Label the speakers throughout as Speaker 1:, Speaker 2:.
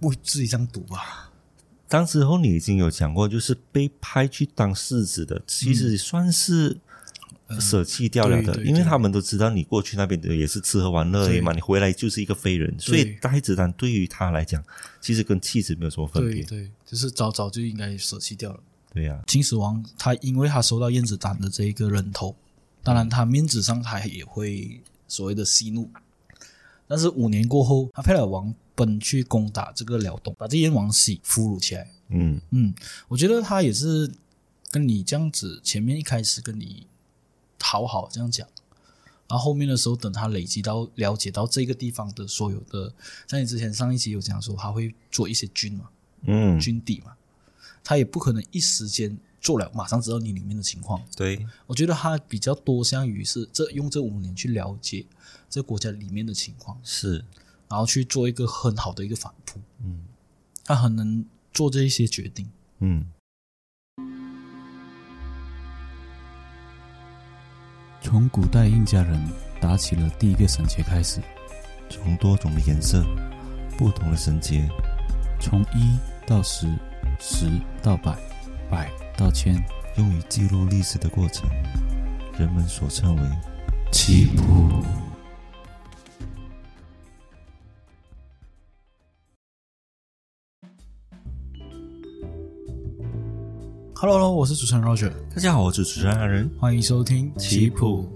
Speaker 1: 为自己这样赌吧。
Speaker 2: 当时候你已经有讲过，就是被派去当世子的，其实算是舍弃掉了
Speaker 1: 嗯对
Speaker 2: 的，
Speaker 1: 对
Speaker 2: 因为
Speaker 1: 对
Speaker 2: 他们都知道你过去那边的也是吃喝玩乐而已嘛，你回来就是一个废人，所以戴子丹对于他来讲，其实跟弃子没有什么分
Speaker 1: 对
Speaker 2: 别。
Speaker 1: 对，就是早早就应该舍弃掉了。
Speaker 2: 对呀、
Speaker 1: 秦始皇他因为他收到燕子丹的这一个人头，当然他面子上他也会所谓的息怒，但是五年过后，他派了王贲去攻打这个辽东，把这燕王喜俘虏起来。
Speaker 2: 嗯，
Speaker 1: 嗯，我觉得他也是跟你这样子，前面一开始跟你讨好这样讲，然后后面的时候，等他累积到了解到这个地方的所有的，像你之前上一集有讲说他会做一些军嘛，
Speaker 2: 嗯，
Speaker 1: 军底嘛，他也不可能一时间做了马上知道你里面的情况。
Speaker 2: 对，
Speaker 1: 我觉得他比较多向于是这用这五年去了解这国家里面的情况，
Speaker 2: 是，
Speaker 1: 然后去做一个很好的一个反扑。
Speaker 2: 嗯，
Speaker 1: 他很能做这一些决定。
Speaker 2: 嗯。
Speaker 3: 从古代印加人打起了第一个绳结开始，
Speaker 2: 从多种的颜色、不同的绳结，
Speaker 3: 从一到十，十到百，百到千，
Speaker 2: 用于记录历史的过程，人们所称为
Speaker 3: 起步。
Speaker 1: Hello，我是主持人 Roger，
Speaker 2: 大家好，我是主持人阿仁。
Speaker 1: 欢迎收听
Speaker 2: 棋谱。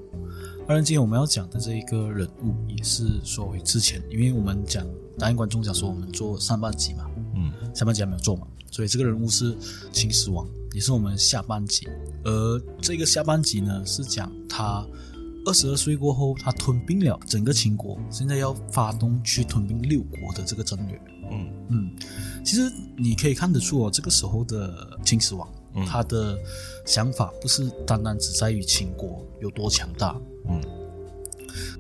Speaker 1: 当然，今天我们要讲的这一个人物也是说回之前，因为我们讲答应观众讲说我们做上半集嘛，
Speaker 2: 嗯，
Speaker 1: 下半集还没有做嘛，所以这个人物是秦始皇，也是我们下半集。而这个下半集呢，是讲他二十二岁过后，他吞并了整个秦国，现在要发动去吞并六国的这个战略。
Speaker 2: 嗯
Speaker 1: 嗯，其实你可以看得出哦，这个时候的秦始皇，
Speaker 2: 嗯
Speaker 1: 他的想法不是单单只在于秦国有多强大，
Speaker 2: 嗯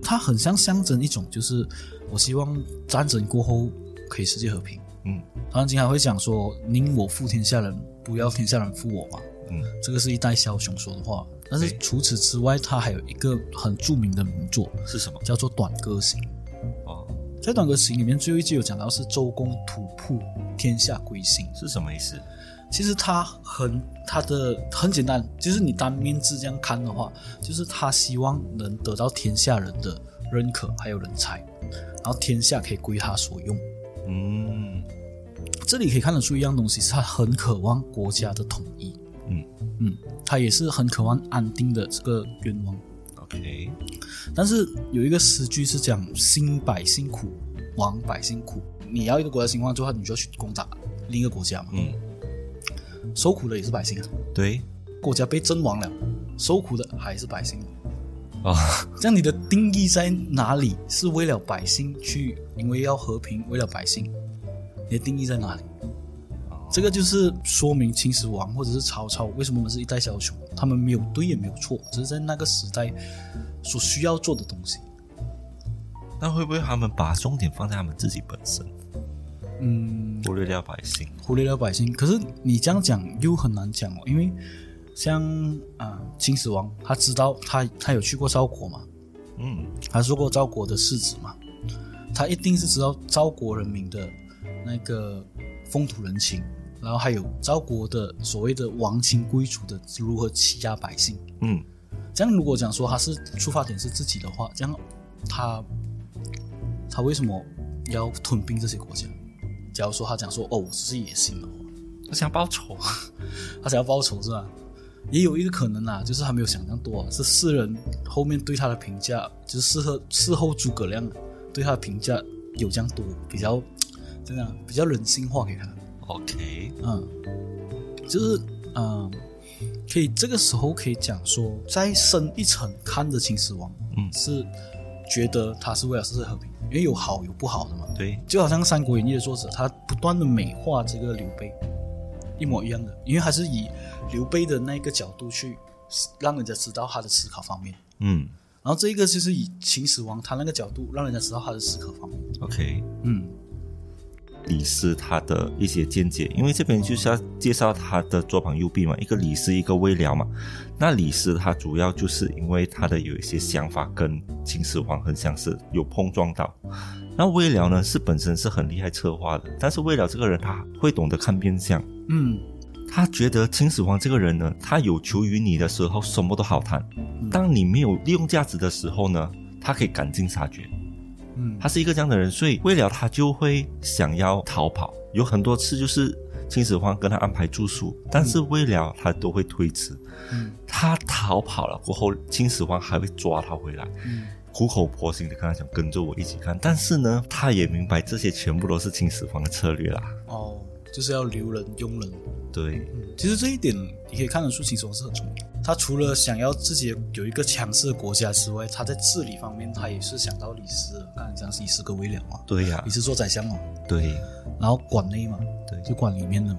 Speaker 1: 他很像象征一种，就是我希望战争过后可以世界和平。
Speaker 2: 嗯
Speaker 1: 当然，经常会讲说“宁我负天下人，不要天下人负我”嘛，
Speaker 2: 嗯，
Speaker 1: 这个是一代枭雄说的话。但是
Speaker 2: 对
Speaker 1: 除此之外，他还有一个很著名的名作，
Speaker 2: 是什么？
Speaker 1: 叫做《短歌行》。
Speaker 2: 哦，
Speaker 1: 在《短歌行》里面，最后一句有讲到是“周公吐哺，天下归心”。
Speaker 2: 是什么意思？
Speaker 1: 其实他很他的很简单，就是你单面字这样看的话，就是他希望能得到天下人的认可还有人才，然后天下可以归他所用。
Speaker 2: 嗯
Speaker 1: 这里可以看得出一样东西，是他很渴望国家的统一，
Speaker 2: 嗯
Speaker 1: 嗯，他也是很渴望安定的这个愿望。
Speaker 2: ，OK，
Speaker 1: 但是有一个诗句是讲“兴百姓苦，亡百姓苦”。你要一个国家兴旺之后，你就要去攻打另一个国家嘛，
Speaker 2: 嗯，
Speaker 1: 受苦的也是百姓啊。
Speaker 2: 对，
Speaker 1: 国家被阵亡了，受苦的还是百姓。
Speaker 2: 哦，
Speaker 1: 这样你的定义在哪里？是为了百姓去，因为要和平，为了百姓，你的定义在哪里？这个就是说明秦始皇或者是曹操为什么我们是一代枭雄，他们没有对也没有错，只是在那个时代所需要做的东西。
Speaker 2: 那会不会他们把重点放在他们自己本身，
Speaker 1: 嗯，
Speaker 2: 忽略掉百姓？
Speaker 1: 忽略了百姓。可是你这样讲又很难讲哦，因为像啊、秦始皇他知道他他有去过赵国嘛，
Speaker 2: 嗯
Speaker 1: 他做过赵国的世子嘛，他一定是知道赵国人民的那个风土人情，然后还有赵国的所谓的王亲贵族的如何欺压百姓。
Speaker 2: 嗯
Speaker 1: 这样如果讲说他是出发点是自己的话，这样他他为什么要吞并这些国家？假如说他讲说哦，我只是野心的话，
Speaker 2: 我想报仇。
Speaker 1: 他想要报仇是吧？也有一个可能啊，就是他没有想象多、啊，是世人后面对他的评价，就是事后事后诸葛亮对他的评价有这样多，比较怎样啊比较人性化给他，
Speaker 2: OK，
Speaker 1: 嗯，就是嗯，可以这个时候可以讲说，再深一层看着秦始皇，
Speaker 2: 嗯
Speaker 1: 是觉得他是为了世界和平，因为有好有不好的嘛，
Speaker 2: 对，
Speaker 1: 就好像《三国演义》的作者，他不断的美化这个刘备，一模一样的，因为他是以刘备的那个角度去让人家知道他的思考方面，
Speaker 2: 嗯
Speaker 1: 然后这一个就是以秦始皇他那个角度让人家知道他的思考方面。
Speaker 2: ，OK，
Speaker 1: 嗯，
Speaker 2: 李斯他的一些见解，因为这边就是要介绍他的左膀右臂嘛，一个李斯，一个魏辽嘛。那李斯他主要就是因为他的有一些想法跟秦始皇很相似，有碰撞到，那魏辽呢是本身是很厉害策划的，但是魏辽这个人他会懂得看变相，
Speaker 1: 嗯，
Speaker 2: 他觉得秦始皇这个人呢，他有求于你的时候什么都好谈，当你没有利用价值的时候呢，他可以赶尽杀绝。
Speaker 1: 嗯
Speaker 2: 他是一个这样的人，所以为了他就会想要逃跑，有很多次就是秦始皇跟他安排住宿，但是为了他都会推迟。
Speaker 1: 嗯
Speaker 2: 他逃跑了过后，秦始皇还会抓他回来，
Speaker 1: 嗯
Speaker 2: 苦口婆心的跟他讲跟着我一起看，但是呢，他也明白这些全部都是秦始皇的策略啦。
Speaker 1: 哦，就是要留人用人。
Speaker 2: 对，
Speaker 1: 嗯，其实这一点你可以看得出秦始皇是很聪明。他除了想要自己有一个强势的国家之外，他在治理方面他也是想到李斯的，刚才讲是李斯跟魏良嘛，
Speaker 2: 对呀、
Speaker 1: 李斯做宰相嘛，
Speaker 2: 对，
Speaker 1: 然后管内嘛，
Speaker 2: 对
Speaker 1: 就管里面的嘛，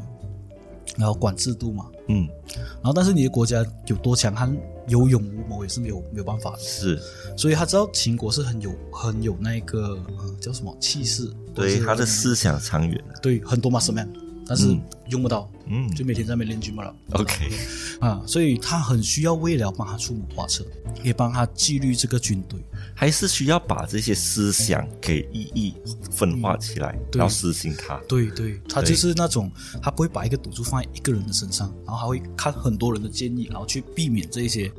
Speaker 1: 然后管制度嘛，
Speaker 2: 嗯，
Speaker 1: 然后但是你的国家有多强悍，有勇无谋也是没有没有办法的，
Speaker 2: 是
Speaker 1: 所以他知道秦国是很有很有那个呃叫什么气势，
Speaker 2: 对
Speaker 1: 或
Speaker 2: 他
Speaker 1: 者
Speaker 2: 的
Speaker 1: 是
Speaker 2: 思想长远啊。
Speaker 1: 对很多 master man，但是
Speaker 2: 嗯
Speaker 1: 用不到，
Speaker 2: 嗯
Speaker 1: 就每天在那边练军罢了。
Speaker 2: ，OK，
Speaker 1: 啊，所以他很需要魏辽帮他出谋划策，也帮他纪律这个军队。
Speaker 2: 还是需要把这些思想给意义分化起来，
Speaker 1: 嗯对
Speaker 2: 然后实行它。
Speaker 1: 对对，他
Speaker 2: 对
Speaker 1: 就是那种他不会把一个赌注放在一个人的身上，然后他会看很多人的建议，然后去避免这一些。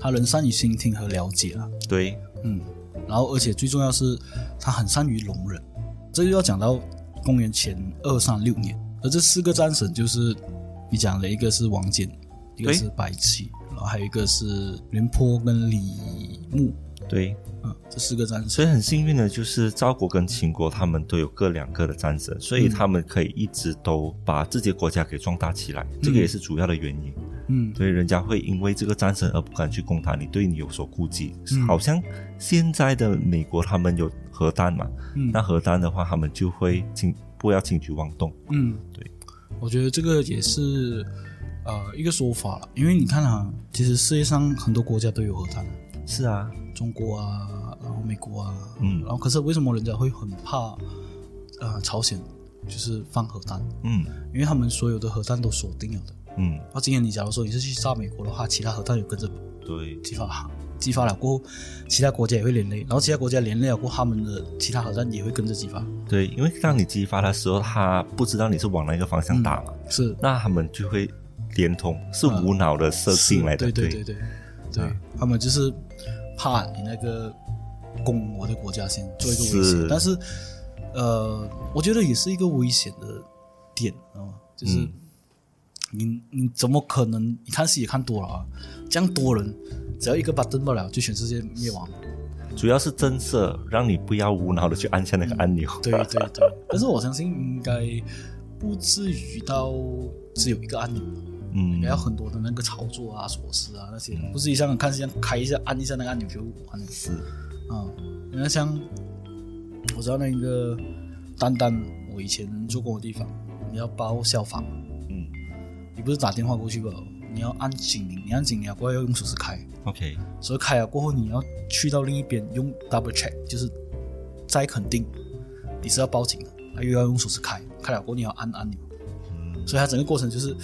Speaker 1: 他人善于倾听和了解啊，
Speaker 2: 对，
Speaker 1: 嗯，然后而且最重要是，他很善于容忍。这就要讲到公元前二三六年，而这四个战神就是你讲的一个是王翦，一个
Speaker 2: 对
Speaker 1: 是白起，然后还有一个是廉颇跟李牧，
Speaker 2: 对，
Speaker 1: 嗯，这四个战神。
Speaker 2: 所以很幸运的就是赵国跟秦国，他们都有各两个的战神，所
Speaker 1: 嗯
Speaker 2: 以他们可以一直都把自己的国家给壮大起来，这个也是主要的原因。
Speaker 1: 嗯，
Speaker 2: 所以人家会因为这个战神而不敢去攻打你，对你有所顾忌。
Speaker 1: 嗯
Speaker 2: 好像现在的美国他们有核弹嘛，
Speaker 1: 嗯
Speaker 2: 那核弹的话，他们就会轻不要轻举妄动。
Speaker 1: 嗯，
Speaker 2: 对，
Speaker 1: 我觉得这个也是呃一个说法了，因为你看啊，其实世界上很多国家都有核弹，
Speaker 2: 是啊，
Speaker 1: 中国啊，然后美国啊，
Speaker 2: 嗯
Speaker 1: 然后可是为什么人家会很怕呃朝鲜就是放核弹？
Speaker 2: 嗯
Speaker 1: 因为他们所有的核弹都锁定了的。
Speaker 2: 嗯，
Speaker 1: 那今天你假如说你是去炸美国的话，其他核弹也跟着
Speaker 2: 对，
Speaker 1: 激发激发了过后，其他国家也会连累，然后其他国家连累了过后，他们的其他核弹也会跟着激发。
Speaker 2: 对，因为当你激发的时候，他不知道你是往哪一个方向打嘛，
Speaker 1: 是
Speaker 2: 那他们就会连通，是无脑的射进来
Speaker 1: 嗯
Speaker 2: 的。
Speaker 1: 是对对对对对，
Speaker 2: 嗯
Speaker 1: 他们就是怕你那个攻我的国家先做一个威胁
Speaker 2: 是，
Speaker 1: 但是呃，我觉得也是一个危险的点，知道吗？就是、
Speaker 2: 嗯
Speaker 1: 你你怎么可能？你看戏也看多了啊，这样多人，只要一个把登不了，就全世界灭亡。
Speaker 2: 主要是震慑，让你不要无脑的去按下那个按钮。
Speaker 1: 嗯对对 对，但是我相信应该不至于到只有一个按钮。
Speaker 2: 嗯
Speaker 1: 还，有很多的那个操作啊、锁匙啊那些，不是一像看像开一下按一下那个按钮就完了
Speaker 2: 是，
Speaker 1: 啊。人家像我知道那个丹丹，我以前做过的地方，你要报消防，
Speaker 2: 嗯
Speaker 1: 你不是打电话过去吧？你要按警铃，你按警铃啊，过后要用手势开，
Speaker 2: ，OK，
Speaker 1: 手势开了过后，你要去到另一边用 double check，就是再肯定你是要报警的，啊又要用手势开，开了过后你要按按钮，
Speaker 2: 嗯
Speaker 1: 所以它整个过程就是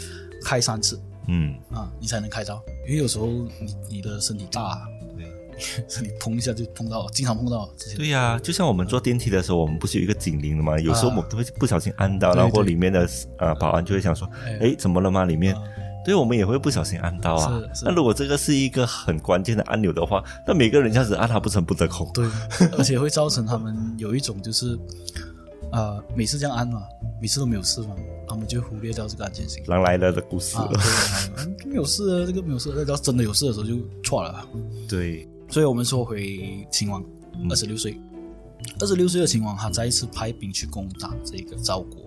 Speaker 1: 开三次。
Speaker 2: 嗯，
Speaker 1: 啊，你才能开刀。因为有时候你你的身体大，啊
Speaker 2: 对，
Speaker 1: 身体碰一下就碰到，经常碰到这些。
Speaker 2: 对呀、就像我们坐电梯的时候，我们不是有一个警铃的吗？有时候
Speaker 1: 啊
Speaker 2: 我们都会不小心按到，
Speaker 1: 对
Speaker 2: 然后
Speaker 1: 对
Speaker 2: 里面的呃保安就会想说，
Speaker 1: 哎
Speaker 2: 哎，怎么了吗？里面
Speaker 1: 啊。
Speaker 2: 对，我们也会不小心按到啊
Speaker 1: 是。是
Speaker 2: 那如果这个是一个很关键的按钮的话，那每个人这样子按，它不成不折扣。
Speaker 1: 对，而且会造成他们有一种就是，呃，每次这样按嘛，每次都没有事嘛，他们就忽略掉这个安全性。
Speaker 2: 狼来了的故事
Speaker 1: 啊，对，嗯没有事啊，这个没有事，那到真的有事的时候就错了。
Speaker 2: 对，
Speaker 1: 所以我们说回秦王，
Speaker 2: 嗯
Speaker 1: 二十六岁，二十六岁的秦王，他再一次派兵去攻打这个赵国，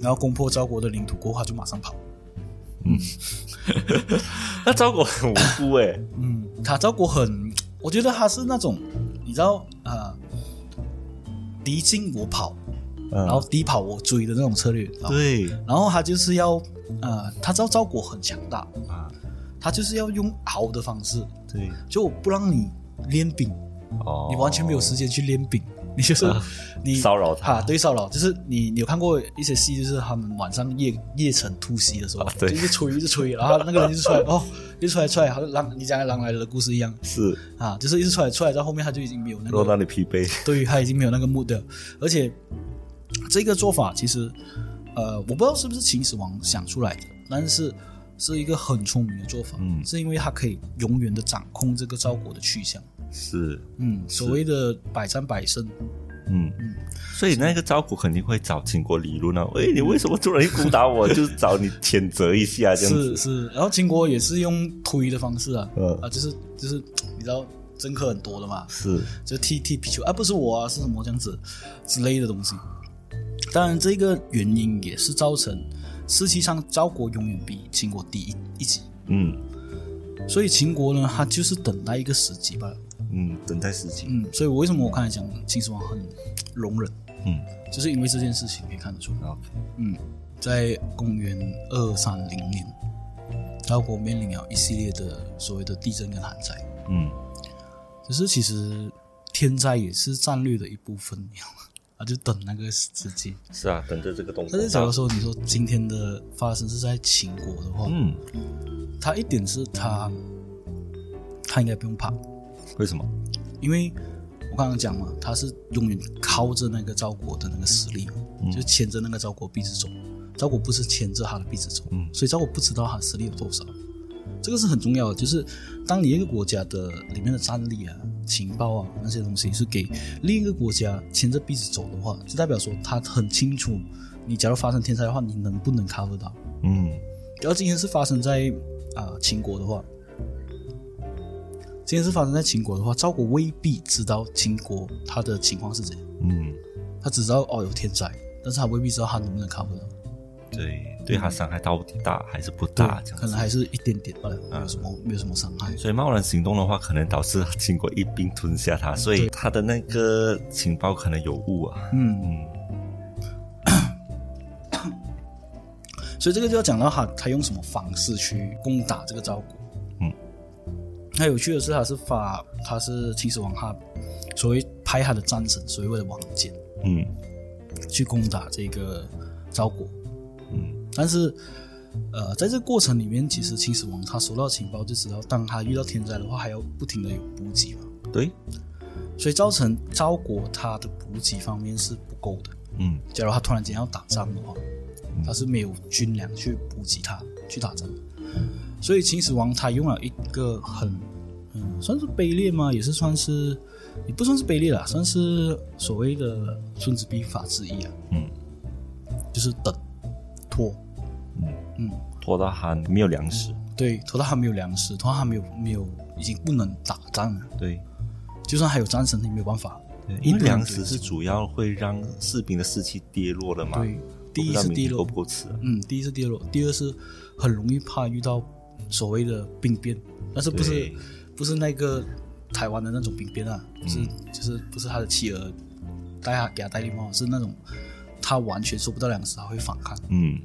Speaker 1: 然后攻破赵国的领土过后，他就马上跑。
Speaker 2: 那赵国很无辜哎、
Speaker 1: 嗯，他赵国很，我觉得他是那种，你知道啊、敌进我跑，
Speaker 2: 嗯
Speaker 1: 然后敌跑我追的那种策略。然后，
Speaker 2: 对
Speaker 1: 然后他就是要，呃，他知道赵国很强大，
Speaker 2: 啊，
Speaker 1: 他就是要用熬的方式，
Speaker 2: 对
Speaker 1: 就我不让你练兵，
Speaker 2: 哦，
Speaker 1: 你完全没有时间去练兵， 你就是
Speaker 2: 啊
Speaker 1: 你
Speaker 2: 骚扰他
Speaker 1: 啊，对骚扰，就是你你有看过一些戏，就是他们晚上夜夜城突袭的时候
Speaker 2: 啊，对
Speaker 1: 就是吹就吹，然后那个人就出来哦，一出来出来，好像狼你讲的狼来了的故事一样
Speaker 2: 是
Speaker 1: 啊，就是一直出来出来，到后面他就已经没有那
Speaker 2: 落
Speaker 1: 个
Speaker 2: 到你疲惫，
Speaker 1: 对于他已经没有那个目的，而且这个做法其实，呃，我不知道是不是秦始皇想出来的，但是是一个很聪明的做法，
Speaker 2: 嗯
Speaker 1: 是因为他可以永远的掌控这个赵国的去向，
Speaker 2: 是
Speaker 1: 嗯，所谓的百战百胜，
Speaker 2: 嗯，所以那个赵国肯定会找秦国理论啊，喂，你为什么突然攻打我？就是找你谴责一下这样
Speaker 1: 是
Speaker 2: 子，
Speaker 1: 是，然后秦国也是用推的方式啊，
Speaker 2: 嗯
Speaker 1: 啊，就是就是你知道政客很多的嘛，
Speaker 2: 是
Speaker 1: 就踢踢皮球啊，不是我啊，是什么这样子之类的东西。当然，这个原因也是造成士气上赵国永远比秦国低一一级，
Speaker 2: 嗯
Speaker 1: 所以秦国呢，他就是等待一个时机吧。
Speaker 2: 嗯，等待时机，
Speaker 1: 嗯，所以我为什么我刚才讲秦始皇很容忍，
Speaker 2: 嗯
Speaker 1: 就是因为这件事情可以看得出来。
Speaker 2: ，OK，
Speaker 1: 嗯，在公元二三零年，赵国面临了一系列的所谓的地震跟旱灾，
Speaker 2: 嗯，
Speaker 1: 只是其实天灾也是战略的一部分，你知道吗？啊，就等那个时机。
Speaker 2: 是啊，等着这个东
Speaker 1: 但是假如说你说今天的发生是在秦国的话，
Speaker 2: 嗯，
Speaker 1: 他一点是他，他应该不用怕，
Speaker 2: 为什么？
Speaker 1: 因为我刚刚讲嘛，他是永远靠着那个赵国的那个实力嘛，就牵着那个赵国鼻子走。赵国不是牵着他的鼻子走，
Speaker 2: 嗯
Speaker 1: 所以赵国不知道他实力有多少，这个是很重要的。就是当你一个国家的里面的战力啊、情报啊那些东西是给另一个国家牵着鼻子走的话，就代表说他很清楚，你假如发生天灾的话，你能不能 cover 到？
Speaker 2: 嗯
Speaker 1: 然后今天是发生在啊、秦国的话，今天是发生在秦国的话，赵国未必知道秦国他的情况是怎样，
Speaker 2: 嗯，
Speaker 1: 他只知道哦有天灾，但是他未必知道他能不能 cover 到，
Speaker 2: 对，对他伤害到底大还是不大？这样
Speaker 1: 可
Speaker 2: 子
Speaker 1: 能。还是一点点罢了，没有什么、没有什么伤害。
Speaker 2: 所以贸然行动的话，可能导致秦国一并吞下他，所以他的那个情报可能有误啊。
Speaker 1: 嗯，
Speaker 2: 嗯
Speaker 1: 所以这个就要讲到他他用什么方式去攻打这个赵国。
Speaker 2: 嗯，
Speaker 1: 那有趣的是，他是发他是秦始皇他所谓派他的战神，所谓的王翦
Speaker 2: 嗯
Speaker 1: 去攻打这个赵国。
Speaker 2: 嗯
Speaker 1: 但是，呃，在这个过程里面，其实秦始皇他收到情报就知道，当他遇到天灾的话，还要不停的有补给嘛，
Speaker 2: 对，
Speaker 1: 所以造成赵国他的补给方面是不够的。
Speaker 2: 嗯
Speaker 1: 假如他突然间要打仗的话，他是没有军粮去补给他去打仗的，所以秦始皇他用了一个很，嗯，算是卑劣吗？也是算是，也不算是卑劣啦，算是所谓的《孙子兵法》之一啊，
Speaker 2: 嗯
Speaker 1: 就是等，拖，
Speaker 2: 嗯，
Speaker 1: 嗯，
Speaker 2: 拖到他没有粮食。
Speaker 1: 对，拖到他没有粮食，拖到他没有没有已经不能打仗了，
Speaker 2: 对，
Speaker 1: 就算还有战神也没有办法。
Speaker 2: 对
Speaker 1: 一
Speaker 2: 因为
Speaker 1: 定
Speaker 2: 粮
Speaker 1: 得
Speaker 2: 食是主要会让士兵的士气跌落的嘛。
Speaker 1: 对，
Speaker 2: 我
Speaker 1: 第
Speaker 2: 不
Speaker 1: 一
Speaker 2: 知道
Speaker 1: 是
Speaker 2: 明
Speaker 1: 低
Speaker 2: 天够
Speaker 1: 落，
Speaker 2: 不够吃啊？
Speaker 1: 嗯，第一是低落，第二是很容易怕遇到所谓的兵变，但是不是
Speaker 2: 对
Speaker 1: 不是那个台湾的那种兵变啊，就是、
Speaker 2: 嗯
Speaker 1: 就是不是他的妻儿戴他给他戴绿帽，是那种他完全收不到粮食，他会反抗。
Speaker 2: 嗯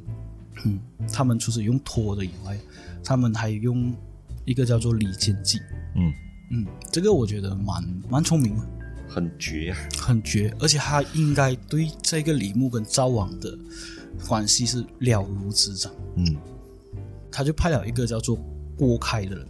Speaker 1: 嗯，他们除此用拖的以外，他们还用一个叫做离间计。
Speaker 2: 嗯，
Speaker 1: 嗯，这个我觉得蛮蛮聪明的。
Speaker 2: 很绝啊。
Speaker 1: 很绝，而且他应该对这个李牧跟赵王的关系是了如指掌。
Speaker 2: 嗯
Speaker 1: 他就派了一个叫做郭开的人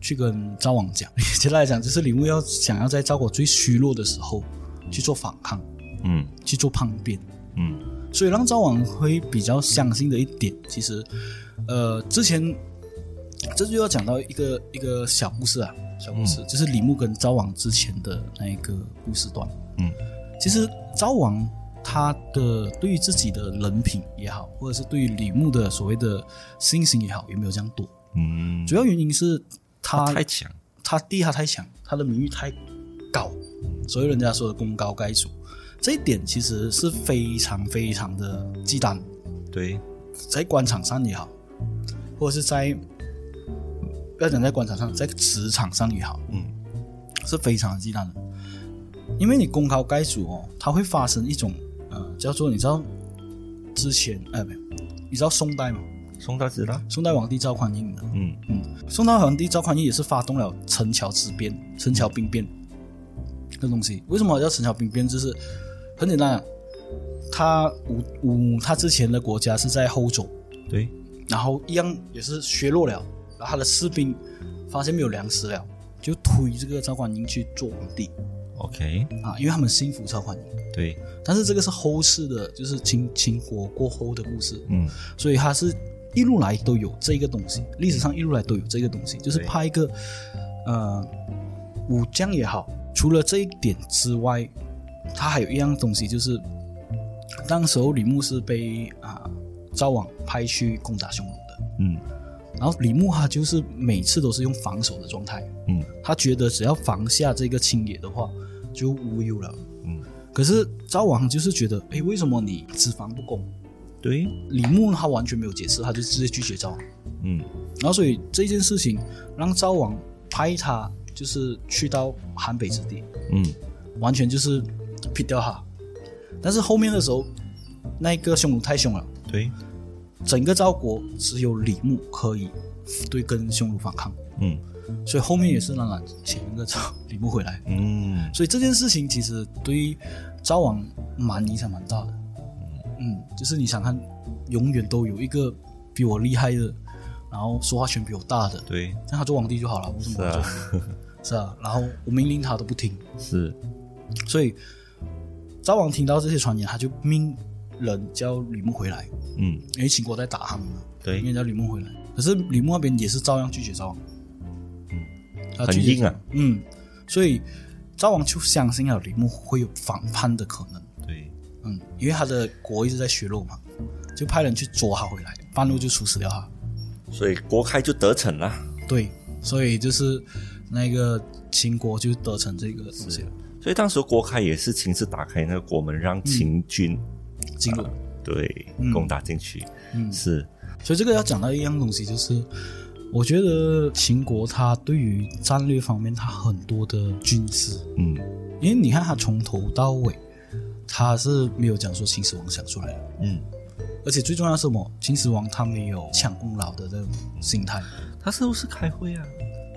Speaker 1: 去跟赵王讲，简单来讲就是李牧要想要在赵国最虚弱的时候去做反抗，
Speaker 2: 嗯
Speaker 1: 去做叛变，
Speaker 2: 嗯
Speaker 1: 所以让赵王会比较相信的一点，其实，呃，之前这就要讲到一个一个小故事啊，小故事、
Speaker 2: 嗯
Speaker 1: 就是李牧跟赵王之前的那一个故事段。
Speaker 2: 嗯
Speaker 1: 其实昭王他的对于自己的人品也好，或者是对于李牧的所谓的信心也好，也没有这样多。
Speaker 2: 嗯，啊
Speaker 1: 主要原因是他
Speaker 2: 太强。
Speaker 1: 他第一他太强，他的名誉太高，所以人家说的功高盖主，这一点其实是非常非常的忌惮，
Speaker 2: 对，
Speaker 1: 在官场上也好，或者是在不要讲在官场上，在职场上也好，
Speaker 2: 嗯
Speaker 1: 是非常忌惮的，因为你功高盖主哦，它会发生一种呃叫做你知道之前哎没有，你知道宋代吗？
Speaker 2: 宋大知道。
Speaker 1: 宋代皇帝赵匡胤的，
Speaker 2: 嗯
Speaker 1: 嗯，宋代皇帝赵匡胤也是发动了陈桥之变、陈桥兵变，那东西。为什么叫陈小兵编制？是很简单、啊，他五五他之前的国家是在后周，
Speaker 2: 对，
Speaker 1: 然后一样也是削弱了，然后他的士兵发现没有粮食了，就推这个赵匡胤去做皇帝
Speaker 2: OK，
Speaker 1: 啊，因为他们信服赵匡胤。
Speaker 2: 对，
Speaker 1: 但是这个是后世的，就是秦秦国过后的故事，
Speaker 2: 嗯，
Speaker 1: 所以他是一路来都有这个东西，历史上一路来都有这个东西，就是
Speaker 2: 对
Speaker 1: 派一个呃武将也好，除了这一点之外，他还有一样东西，就是当时候李牧是被啊、赵王派去攻打匈奴的，
Speaker 2: 嗯
Speaker 1: 然后李牧他就是每次都是用防守的状态，
Speaker 2: 嗯
Speaker 1: 他觉得只要防下这个青野的话，就无忧了。
Speaker 2: 嗯，
Speaker 1: 可是赵王就是觉得，哎，为什么你只防不攻？
Speaker 2: 对，
Speaker 1: 李牧他完全没有解释，他就直接拒绝赵王。
Speaker 2: 嗯
Speaker 1: 然后所以这件事情让赵王派他就是去到韩北之地，
Speaker 2: 嗯
Speaker 1: 完全就是劈掉他。但是后面的时候，那个匈奴太凶了，
Speaker 2: 对，
Speaker 1: 整个赵国只有李牧可以对跟匈奴反抗，
Speaker 2: 嗯
Speaker 1: 所以后面也是让他请那个赵李牧回来。
Speaker 2: 嗯
Speaker 1: 所以这件事情其实对于招王蛮影响蛮大的。嗯，就是你想看，永远都有一个比我厉害的，然后说话权比我大的，
Speaker 2: 对，
Speaker 1: 让他做皇帝就好了，为什么
Speaker 2: 是
Speaker 1: 我要
Speaker 2: 啊
Speaker 1: 做？， 是啊，然后我命令他都不听，
Speaker 2: 是，
Speaker 1: 所以昭王听到这些传言，他就命人叫吕牧回来，
Speaker 2: 嗯
Speaker 1: 因为秦国在打他们嘛，
Speaker 2: 对
Speaker 1: 应该叫吕牧回来。可是吕牧那边也是照样拒绝昭王，嗯，他
Speaker 2: 很
Speaker 1: 拒绝
Speaker 2: 硬啊，
Speaker 1: 嗯，所以昭王就相信了李牧会有反叛的可能，
Speaker 2: 对，
Speaker 1: 嗯，因为他的国一直在削弱嘛，就派人去捉他回来，半路就处死掉他。
Speaker 2: 所以国开就得逞了。
Speaker 1: 对，所以就是那个秦国就得逞这个东西了，
Speaker 2: 所以当时国开也是亲自打开那个国门，让秦军、
Speaker 1: 进入。
Speaker 2: 对
Speaker 1: 嗯
Speaker 2: 攻打进去。
Speaker 1: 嗯
Speaker 2: 是，
Speaker 1: 所以这个要讲到一样东西，就是我觉得秦国它对于战略方面，它很多的军事，
Speaker 2: 嗯
Speaker 1: 因为你看它从头到尾，它是没有讲说秦始皇想出来的。
Speaker 2: 嗯，
Speaker 1: 而且最重要的是什么？秦始皇他没有抢功劳的这种心态，
Speaker 2: 他是不是开会啊？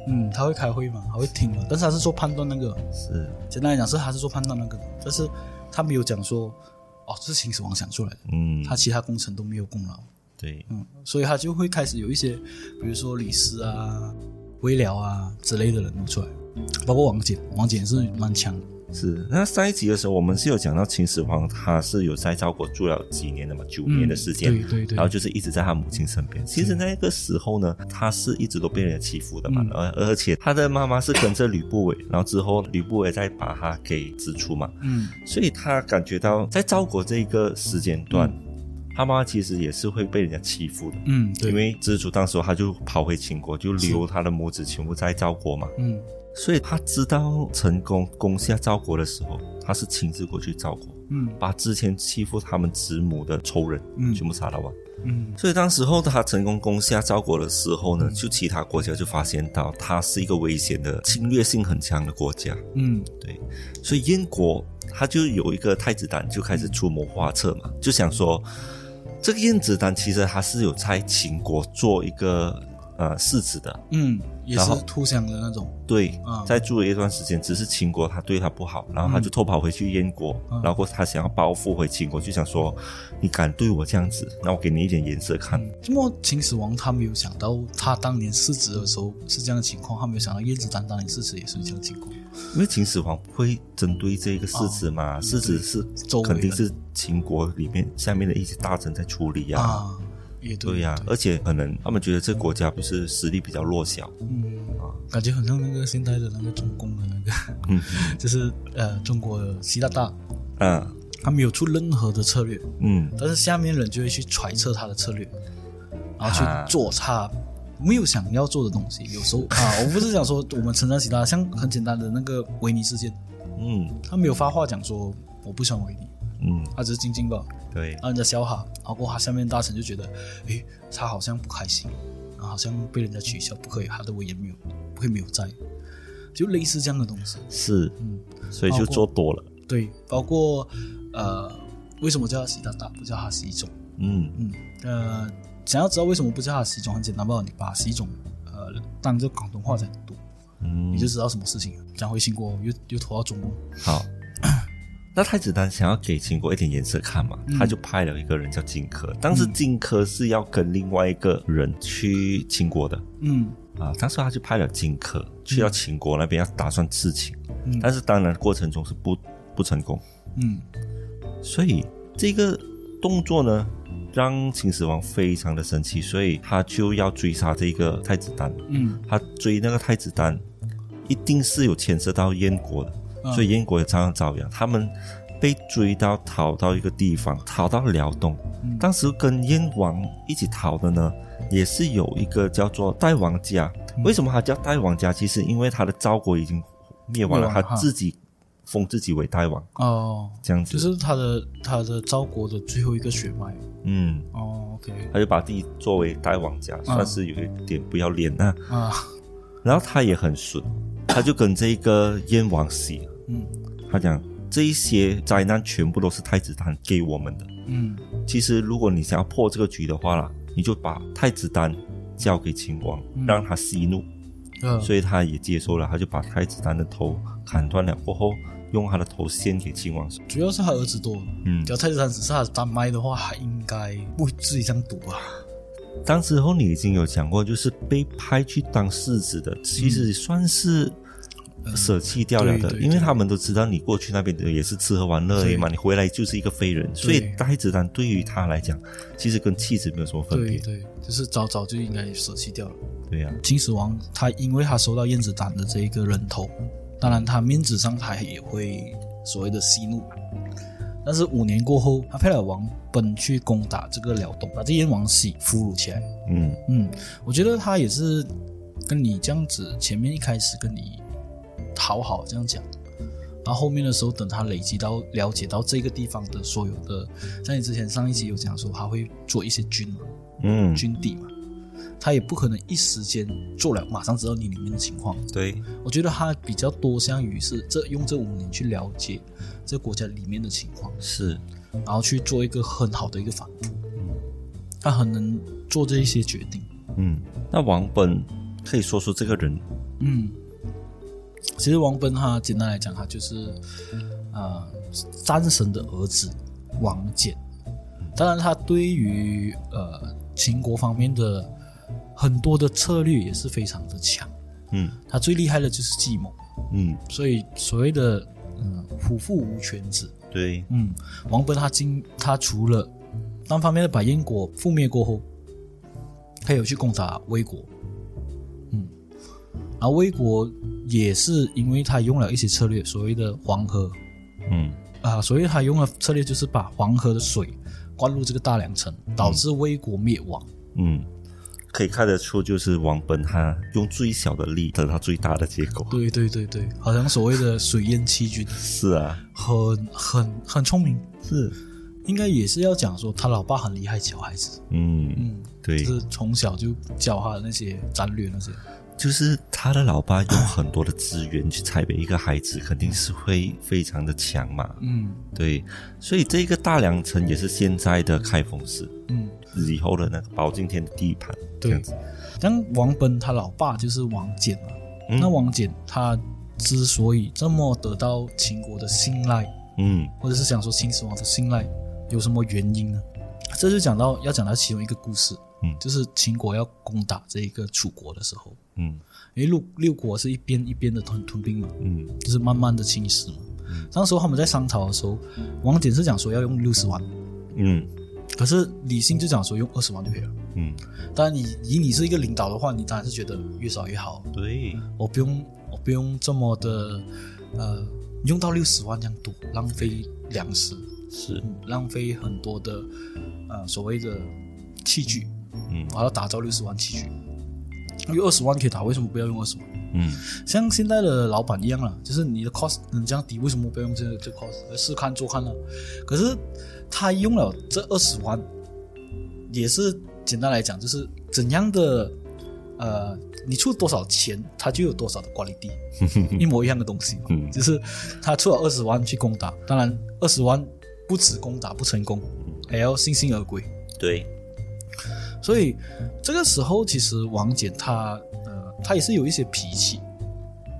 Speaker 1: 嗯，他会开会嘛，他会听嘛，但是他是做判断那个，
Speaker 2: 是，
Speaker 1: 简单来讲是他是做判断那个，但是他没有讲说，哦，这是秦始皇想出来的，
Speaker 2: 嗯，
Speaker 1: 他其他工程都没有功劳，
Speaker 2: 对，
Speaker 1: 嗯，所以他就会开始有一些，比如说李斯啊、微辽啊之类的人物出来，包括王翦，王翦也是蛮强的，
Speaker 2: 是。那上一集的时候，我们是有讲到秦始皇，他是有在赵国住了几年的嘛，九年的时间。
Speaker 1: 对对对，
Speaker 2: 然后就是一直在他母亲身边。其实那个时候呢，他是一直都被人欺负的嘛
Speaker 1: 嗯，
Speaker 2: 而、而且他的妈妈是跟着吕不韦，然后之后吕不韦再把他给支出嘛，
Speaker 1: 嗯，
Speaker 2: 所以他感觉到在赵国这个时间段，他妈妈其实也是会被人家欺负的。
Speaker 1: 嗯，对，
Speaker 2: 因为知足当时他就跑回秦国，就留他的母子全部在赵国嘛，
Speaker 1: 嗯
Speaker 2: 所以他知道成功攻下赵国的时候，他是亲自过去赵国，
Speaker 1: 嗯
Speaker 2: 把之前欺负他们子母的仇人
Speaker 1: 嗯
Speaker 2: 全部杀了完。
Speaker 1: 嗯
Speaker 2: 所以当时候他成功攻下赵国的时候呢，就其他国家就发现到他是一个危险的、侵略性很强的国家。
Speaker 1: 嗯
Speaker 2: 对，所以燕国他就有一个太子丹就开始出谋划策嘛，就想说这个燕子丹其实他是有在秦国做一个呃世子的，
Speaker 1: 嗯，也
Speaker 2: 然
Speaker 1: 是
Speaker 2: 后
Speaker 1: 互相的那种，
Speaker 2: 对，
Speaker 1: 嗯
Speaker 2: 在住了一段时间，只是秦国他对他不好，然后他就偷跑回去燕国，
Speaker 1: 嗯
Speaker 2: 然后他想要报复回秦国，就想说你敢对我这样子，那我给你一点颜色看。
Speaker 1: 那么秦始皇他没有想到，他当年世子的时候是这样的情况，他没有想到晏子丹当年世子也是这样的情况。
Speaker 2: 因为秦始皇不会针对这个世子嘛，世子
Speaker 1: 啊周围
Speaker 2: 是
Speaker 1: 的
Speaker 2: 肯定是秦国里面下面的一些大臣在处理呀、
Speaker 1: 啊，也对
Speaker 2: 对呀、
Speaker 1: 对
Speaker 2: 而且可能他们觉得这国家不是实力比较弱小，
Speaker 1: 嗯
Speaker 2: 啊，
Speaker 1: 感觉很像那个现代的那个中共的那个，
Speaker 2: 嗯
Speaker 1: 就是呃中国的习大大，
Speaker 2: 嗯
Speaker 1: 他没有出任何的策略，
Speaker 2: 嗯，
Speaker 1: 但是下面人就会去揣测他的策略，然后
Speaker 2: 啊
Speaker 1: 去做他没有想要做的东西。有时候啊， 我不是讲说我们称赞习大大，像很简单的那个维尼事件，
Speaker 2: 嗯
Speaker 1: 他没有发话讲说我不喜欢维尼，
Speaker 2: 嗯，
Speaker 1: 他只是静静吧。
Speaker 2: 对
Speaker 1: 然，后人家笑他，然后过后他下面大臣就觉得，诶，他好像不开心，然后好像被人家取笑，不可以，他的威严没有，不可以没有在，就类似这样的东西。
Speaker 2: 是，
Speaker 1: 嗯，啊
Speaker 2: 所以就做多了，
Speaker 1: 对，包括呃，为什么叫他习大大，不叫他习总？
Speaker 2: 嗯
Speaker 1: 嗯，呃，想要知道为什么不叫他习总，很简单吧，你把习总呃当做广东话在读，
Speaker 2: 嗯
Speaker 1: 你就知道什么事情了。讲回秦国，又又拖到中国，
Speaker 2: 好。那太子丹想要给秦国一点颜色看嘛，
Speaker 1: 嗯
Speaker 2: 他就派了一个人叫荆轲，当时荆轲是要跟另外一个人去秦国的
Speaker 1: 嗯
Speaker 2: 啊，当时他就派了荆轲去到秦国那边，要打算刺秦，
Speaker 1: 嗯
Speaker 2: 但是当然过程中是不不成功，
Speaker 1: 嗯
Speaker 2: 所以这个动作呢，让秦始皇非常的生气，所以他就要追杀这个太子丹。
Speaker 1: 嗯
Speaker 2: 他追那个太子丹，一定是有牵涉到燕国的，
Speaker 1: 嗯
Speaker 2: 所以燕国也常常遭殃。他们被追到逃到一个地方，逃到辽东。
Speaker 1: 嗯
Speaker 2: 当时跟燕王一起逃的呢，也是有一个叫做代王家。
Speaker 1: 嗯
Speaker 2: 为什么他叫代王家？其实因为他的赵国已经灭亡了，
Speaker 1: 灭亡了
Speaker 2: 他自己封自己为代王，
Speaker 1: 哦，
Speaker 2: 这样子。
Speaker 1: 就是他的他的赵国的最后一个血脉。
Speaker 2: 嗯，
Speaker 1: 哦，OK
Speaker 2: 他就把自己作为代王家，
Speaker 1: 嗯
Speaker 2: 算是有一点不要脸啊。
Speaker 1: 啊，
Speaker 2: 然后他也很损，他就跟这个燕王洗了。
Speaker 1: 嗯
Speaker 2: 他讲这一些灾难全部都是太子丹给我们的。
Speaker 1: 嗯
Speaker 2: 其实如果你想要破这个局的话啦，你就把太子丹交给秦王，让他息怒。
Speaker 1: 呃，
Speaker 2: 所以他也接受了，他就把太子丹的头砍断了，过后用他的头献给秦王。
Speaker 1: 主要是他儿子多，
Speaker 2: 嗯
Speaker 1: 只要蔡子丹只是他的单麦的话，他应该不会自己这样赌啊吧？
Speaker 2: 当时候你已经有讲过，就是被派去当世子的，其实算是舍弃掉了
Speaker 1: 嗯对
Speaker 2: 的，
Speaker 1: 对
Speaker 2: 因为他们都知道你过去那边也是吃喝玩乐而已嘛，你回来就是一个废人，所以太子丹对于他来讲，其实跟妻子没有什么分
Speaker 1: 对
Speaker 2: 别。
Speaker 1: 对，就是早早就应该舍弃掉了。
Speaker 2: 对呀、
Speaker 1: 秦始皇他因为他收到燕子丹的这一个人头，当然他面子上他也会所谓的息怒。但是五年过后，他派了王奔去攻打这个辽东，把这燕王喜俘虏起来。
Speaker 2: 嗯
Speaker 1: 嗯，我觉得他也是跟你这样子，前面一开始跟你讨好这样讲，然后后面的时候，等他累积到了解到这个地方的所有的，像你之前上一集有讲说，他会做一些军嘛，
Speaker 2: 嗯，
Speaker 1: 军地嘛，他也不可能一时间做了马上知道你里面的情况。
Speaker 2: 对，
Speaker 1: 我觉得他比较多向于是这用这五年去了解这国家里面的情况，
Speaker 2: 是，
Speaker 1: 然后去做一个很好的一个反扑，他很能做这一些决定。
Speaker 2: 嗯，那王本可以说说这个人，
Speaker 1: 嗯，其实王贲他简单来讲，他就是呃战神的儿子王翦。当然，他对于呃秦国方面的很多的策略也是非常的强。
Speaker 2: 嗯
Speaker 1: 他最厉害的就是计谋，
Speaker 2: 嗯，
Speaker 1: 所以所谓的嗯虎父无犬子。
Speaker 2: 对，
Speaker 1: 嗯，王贲他经他除了单方面的把燕国覆灭过后，他有去攻打魏国，嗯，然后魏国也是因为他用了一些策略，所谓的黄河
Speaker 2: 嗯
Speaker 1: 啊、所以他用的策略就是把黄河的水灌入这个大梁城，导致魏国灭亡。
Speaker 2: 嗯。可以看得出，就是王本他用最小的力得到最大的结 果。
Speaker 1: 对对对对，好像所谓的水淹七军，
Speaker 2: 是啊，
Speaker 1: 很很很聪明，
Speaker 2: 是，
Speaker 1: 应该也是要讲说他老爸很厉害，小孩子，
Speaker 2: 嗯，
Speaker 1: 嗯，就
Speaker 2: 对，
Speaker 1: 是从小就教他的那些战略那些。
Speaker 2: 就是他的老爸用很多的资源去栽培一个孩子，肯定是会非常的强嘛。
Speaker 1: 嗯
Speaker 2: 对，所以这个大梁城也是现在的开封市，
Speaker 1: 嗯，
Speaker 2: 以后的那个包青天的地盘。这
Speaker 1: 对
Speaker 2: 样子，。
Speaker 1: 像王贲他老爸就是王翦嘛，
Speaker 2: 嗯
Speaker 1: 那王翦他之所以这么得到秦国的信赖，
Speaker 2: 嗯
Speaker 1: 或者是想说秦始皇的信赖，有什么原因呢？这就讲到要讲到其中一个故事，
Speaker 2: 嗯
Speaker 1: 就是秦国要攻打这一个楚国的时候，
Speaker 2: 嗯
Speaker 1: 因为六六国是一边一边的吞吞并嘛，
Speaker 2: 嗯
Speaker 1: 就是慢慢的侵蚀嘛。当时候他们在商讨的时候，王翦是讲说要用六十万，
Speaker 2: 嗯
Speaker 1: 可是李信就讲说用二十万就可以了。
Speaker 2: 嗯，
Speaker 1: 当然你以你是一个领导的话，你当然是觉得越少越好，
Speaker 2: 对，
Speaker 1: 我不用我不用这么的呃用到六十万这样多，浪费粮食，
Speaker 2: 是，
Speaker 1: 嗯浪费很多的呃所谓的器具，
Speaker 2: 嗯
Speaker 1: 我要打造六十万器具。因为二十万可以打，为什么不要用二十万？
Speaker 2: 嗯
Speaker 1: 像现在的老板一样啦，就是你的 cost 你这样低，为什么不要用这个这个 cost？是看做看了，可是他用了这二十万，也是简单来讲，就是怎样的呃，你出多少钱，他就有多少的 quality，一模一样的东西嘛。
Speaker 2: 嗯
Speaker 1: 就是他出了二十万去攻打，当然二十万不止攻打不成功，还要悻悻而归。
Speaker 2: 对，
Speaker 1: 所以这个时候，其实王翦他呃，他也是有一些脾气，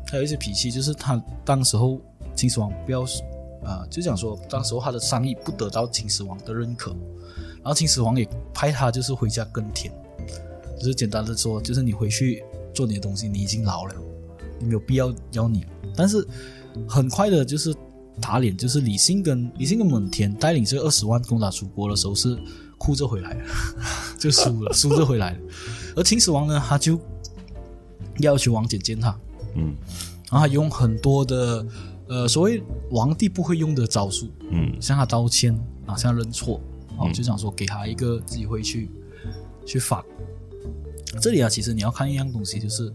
Speaker 1: 他有一些脾气，就是他当时候秦始皇不要啊、就讲说当时候他的商议不得到秦始皇的认可，然后秦始皇也派他就是回家耕田，就是简单的说，就是你回去做你的东西，你已经老了，你没有必要要你。但是很快的，就是打脸，就是李信跟李信跟蒙恬带领这二十万攻打楚国的时候是哭着回来的，就输了，输着回来的。而秦始皇呢，他就要求王翦践踏，
Speaker 2: 嗯
Speaker 1: 然后他用很多的呃所谓皇帝不会用的招数，
Speaker 2: 嗯
Speaker 1: 向他道歉啊，向他认错啊，就想说给他一个机会去去反。这里啊，其实你要看一样东西，就是